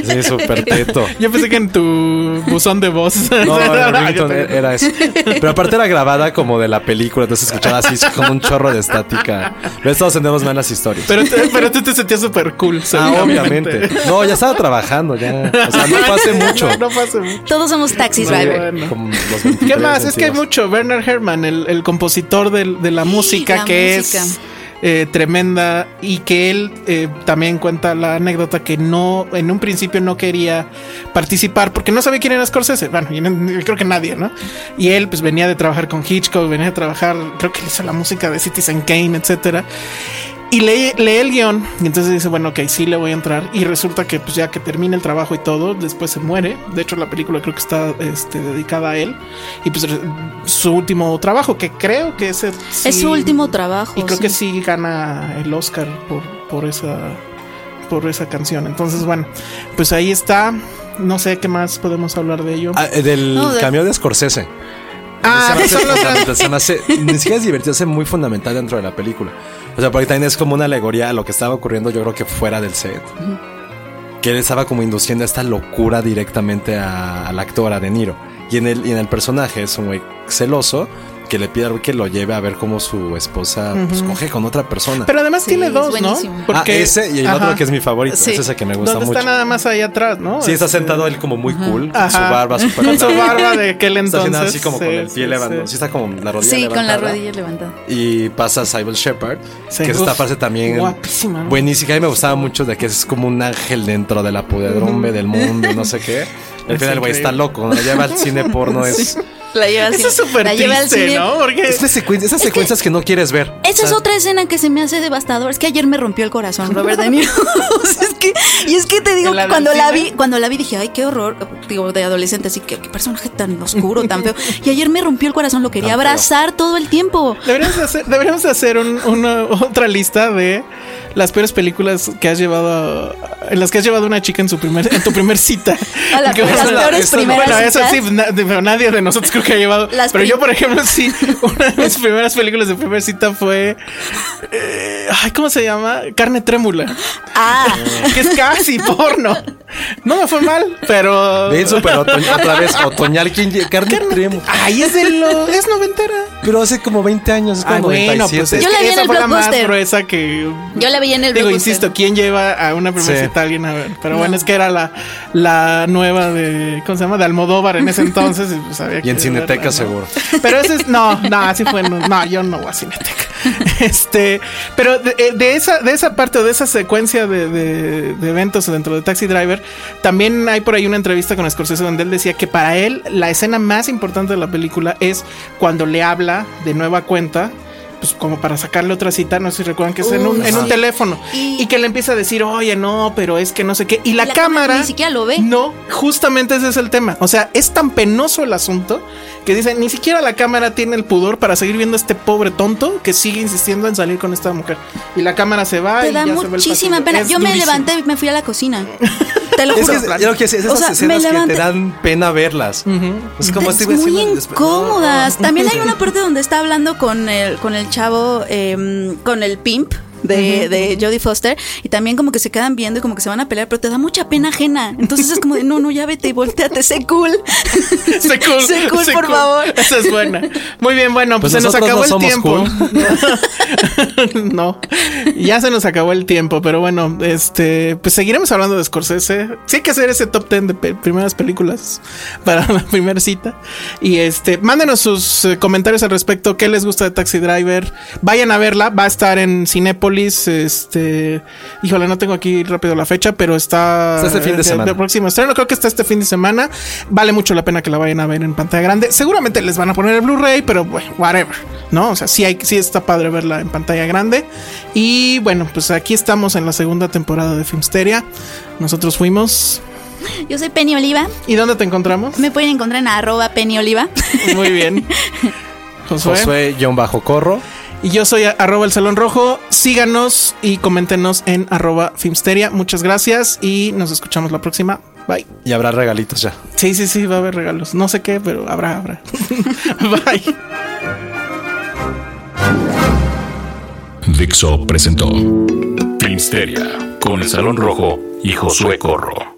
Speaker 4: sí, súper teto.
Speaker 3: Yo pensé que en tu buzón de voz. Ah,
Speaker 4: No, el ringtone e-, era eso. Pero aparte era grabada como de la película, entonces escuchaba así como un chorro de estática. Pero todos tenemos malas historias.
Speaker 3: Pero, te- pero tú te sentías súper cool.
Speaker 4: Ah,
Speaker 3: seguramente.
Speaker 4: obviamente. No, ya estaba trabajando, ya. O sea, no fue hace mucho.
Speaker 3: No fue hace mucho.
Speaker 5: Todos somos taxi driver.
Speaker 3: bueno.
Speaker 4: Como los
Speaker 3: ¿Qué
Speaker 4: 23
Speaker 3: más? Es que hay
Speaker 4: centímetros.
Speaker 3: mucho. Werner Hermann, el, el compositor del- de la música,
Speaker 5: la
Speaker 3: que
Speaker 5: música.
Speaker 3: es eh, tremenda y que él eh, también cuenta la anécdota que no, en un principio no quería participar porque no sabía quién era Scorsese. Bueno, y no- creo que nadie, ¿no? Y él, pues venía de trabajar con Hitchcock, venía de trabajar, creo que él hizo la música de Citizen Kane, etcétera. Y lee, lee el guión y entonces dice, bueno, ok, sí le voy a entrar. Y resulta que pues ya que termina el trabajo y todo, después se muere. De hecho, la película creo que está este, dedicada a él. Y pues re- su último trabajo, que creo que es...
Speaker 5: Es su último trabajo.
Speaker 3: Y creo que
Speaker 5: sí.
Speaker 3: sí gana el Oscar por, por esa por esa canción. Entonces, bueno, pues ahí está. No sé qué más podemos hablar de ello.
Speaker 4: Ah, eh, del
Speaker 5: No, de-
Speaker 4: camión de Scorsese.
Speaker 3: Ah,
Speaker 4: se me hace
Speaker 3: solo-
Speaker 4: fundamental, se me hace- ni siquiera es divertido, se hace muy fundamental dentro de la película. O sea, porque también es como una alegoría a lo que estaba ocurriendo, yo creo que fuera del set. Que él estaba como induciendo esta locura directamente a, a la actora de Niro. Y en, el, y en el personaje es un güey celoso que le pide algo que lo lleve a ver cómo su esposa pues, coge con otra persona.
Speaker 3: Pero además
Speaker 5: Sí,
Speaker 3: tiene
Speaker 5: es
Speaker 3: dos, ¿no?
Speaker 5: buenísimo.
Speaker 4: Ah, ese y el
Speaker 3: Ajá.
Speaker 4: otro que es mi favorito.
Speaker 5: Sí.
Speaker 4: Es ese que me gusta
Speaker 3: ¿Dónde
Speaker 4: mucho.
Speaker 3: está nada más ahí atrás, no?
Speaker 4: Sí, está
Speaker 3: Este,
Speaker 4: sentado él como muy cool, con su
Speaker 3: Ajá.
Speaker 4: barba súper
Speaker 3: Con su
Speaker 4: larga.
Speaker 3: barba de aquel
Speaker 4: Está haciendo
Speaker 3: entonces.
Speaker 4: así como con
Speaker 3: Sí,
Speaker 4: el pie
Speaker 3: sí,
Speaker 4: levantado. Sí,
Speaker 3: sí.
Speaker 4: está como la rodilla
Speaker 5: Sí, con la
Speaker 4: levantada.
Speaker 5: rodilla levantada.
Speaker 4: Y pasa Cyber Shepard,
Speaker 3: Sí.
Speaker 4: que es esta
Speaker 3: Uf,
Speaker 4: frase también
Speaker 3: guapísima, ¿no?
Speaker 4: buenísima. A mí me gustaba mucho de que es como un ángel dentro de la pudedumbre del mundo, no sé qué. Al
Speaker 3: Es
Speaker 4: final, el güey
Speaker 3: increíble.
Speaker 4: está loco. Cuando lo lleva al cine porno es
Speaker 5: La lleva al
Speaker 3: Eso
Speaker 5: cine.
Speaker 3: es súper
Speaker 5: La lleva al
Speaker 3: triste,
Speaker 5: cine.
Speaker 3: ¿no? Porque
Speaker 4: Es de secuen- esas secuencias que, no quieres ver.
Speaker 5: Esa
Speaker 4: O
Speaker 5: es
Speaker 4: sea,
Speaker 5: otra escena que se me hace devastadora. Es que ayer me rompió el corazón Robert De Niro. O sea, es que, y es que te digo
Speaker 3: ¿En la
Speaker 5: que cuando
Speaker 3: del
Speaker 5: la
Speaker 3: cine?
Speaker 5: vi, cuando la vi dije, ay, qué horror. Digo, de adolescente, así que qué personaje tan oscuro, tan feo. Y ayer me rompió el corazón, lo quería abrazar todo el tiempo.
Speaker 3: Deberíamos de hacer, deberíamos de hacer un- una, otra lista de las peores películas que has llevado, a- en las que has llevado a una chica en su primer, en tu primer cita.
Speaker 5: A la-
Speaker 3: Que
Speaker 5: las
Speaker 3: bueno,
Speaker 5: peores
Speaker 3: eso-
Speaker 5: primeras
Speaker 3: Bueno, eso
Speaker 5: citas.
Speaker 3: sí, na- de- pero nadie de nosotros creo que ha llevado.
Speaker 5: Las
Speaker 3: pero yo,
Speaker 5: prim-
Speaker 3: por ejemplo, sí, una de mis primeras películas de primera cita fue, eh, ay, ¿cómo se llama? Carne trémula,
Speaker 5: Ah,
Speaker 3: que es casi porno. No me fue mal, pero.
Speaker 4: Bien, súper otoñal, otra vez, otoñal, ¿quién lle- carne Tremo.
Speaker 3: Ay, es de lo, es noventera.
Speaker 4: Pero hace como 20 años, es como
Speaker 3: Ah, bueno, pues
Speaker 4: 97.
Speaker 3: es
Speaker 5: Yo la
Speaker 3: que
Speaker 5: vi en
Speaker 3: esa
Speaker 5: el
Speaker 3: fue la más
Speaker 5: Blockbuster.
Speaker 3: gruesa que
Speaker 5: yo la veía en el
Speaker 3: Digo,
Speaker 5: blockbuster.
Speaker 3: insisto, ¿quién lleva a una primera
Speaker 4: Sí.
Speaker 3: cita a alguien a ver? Pero bueno, es que era la, la nueva de, ¿cómo se llama? De Almodóvar en ese entonces. Y, pues había
Speaker 4: Y en
Speaker 3: que
Speaker 4: Cineteca
Speaker 3: verla, ¿no?
Speaker 4: seguro.
Speaker 3: Pero ese es, no, no, así fue, no, no, yo no voy a Cineteca. Este, pero de, de esa, de esa parte o de esa secuencia de, de- de eventos dentro de Taxi Driver, también hay por ahí una entrevista con Scorsese donde él decía que para él la escena más importante de la película es cuando le habla de nueva cuenta. Pues como para sacarle otra cita, no sé si recuerdan que es en un,
Speaker 5: Uy,
Speaker 3: en un
Speaker 5: sí.
Speaker 3: teléfono.
Speaker 5: Y-
Speaker 3: Y que le empieza a decir, oye, no, pero es que no sé qué. Y la,
Speaker 5: la cámara
Speaker 3: cámara,
Speaker 5: ni siquiera lo ve.
Speaker 3: No, justamente ese es el tema. O sea, es tan penoso el asunto que dicen, ni siquiera la cámara tiene el pudor para seguir viendo a este pobre tonto que sigue insistiendo en salir con esta mujer. Y la cámara se va
Speaker 5: Te
Speaker 3: y
Speaker 5: da
Speaker 3: ya se va el
Speaker 5: muchísima
Speaker 3: pasillo.
Speaker 5: pena.
Speaker 3: Es
Speaker 5: Yo me
Speaker 3: durísimo.
Speaker 5: levanté y me fui a la cocina. Te lo
Speaker 4: Es
Speaker 5: juro.
Speaker 4: que es, ya lo que es, es
Speaker 5: O
Speaker 4: esas
Speaker 5: sea, me
Speaker 4: escenas que te
Speaker 5: levanté-
Speaker 4: dan pena verlas. Es como
Speaker 5: Es
Speaker 4: este güey
Speaker 5: muy
Speaker 4: haciendo despe-
Speaker 5: incómodas. También hay una parte donde está hablando con el, con el chavo, eh, con el pimp. De, de Jodie Foster y también como que se quedan viendo y como que se van a pelear pero te da mucha pena ajena entonces es como de no no ya vete y volteate sé cool
Speaker 3: Sé cool,
Speaker 5: sé cool
Speaker 3: sé
Speaker 5: por
Speaker 3: cool.
Speaker 5: favor
Speaker 3: Esa es buena. Muy bien, bueno, pues,
Speaker 4: Pues
Speaker 3: se nos acabó el
Speaker 4: nosotros
Speaker 3: tiempo.
Speaker 4: no
Speaker 3: no, ya se nos acabó el tiempo, pero bueno, este, pues seguiremos hablando de Scorsese. Sí hay que hacer ese top 10 de pe- primeras películas para la primera cita. Y este, mándenos sus eh, comentarios al respecto, qué les gusta de Taxi Driver. Vayan a verla, va a estar en Cinépolis, este, híjole, no tengo aquí rápido la fecha, pero está
Speaker 4: Está este fin de
Speaker 3: eh,
Speaker 4: semana.
Speaker 3: próximo estreno. Creo que está este fin de semana. Vale mucho la pena que la vayan a ver en pantalla grande. Seguramente les van a poner el Blu-ray, pero bueno, whatever. ¿No? O sea, sí, hay, sí está padre verla en pantalla grande. Y bueno, pues aquí estamos en la segunda temporada de Filmsteria. Nosotros fuimos.
Speaker 5: yo soy Penny Oliva
Speaker 3: ¿Y dónde te encontramos?
Speaker 5: me pueden encontrar en arroba Penny Oliva
Speaker 3: Muy bien. Josué.
Speaker 4: Josué John Bajo Corro.
Speaker 3: Y yo soy a- arroba el salón rojo. Síganos y coméntenos en arroba Filmsteria. Muchas gracias y nos escuchamos la próxima. Bye.
Speaker 4: Y habrá regalitos ya.
Speaker 3: Sí, sí, sí, va a haber regalos. No sé qué, pero habrá, habrá. Bye.
Speaker 1: Dixo presentó Filmsteria con el Salón Rojo y Josué Corro.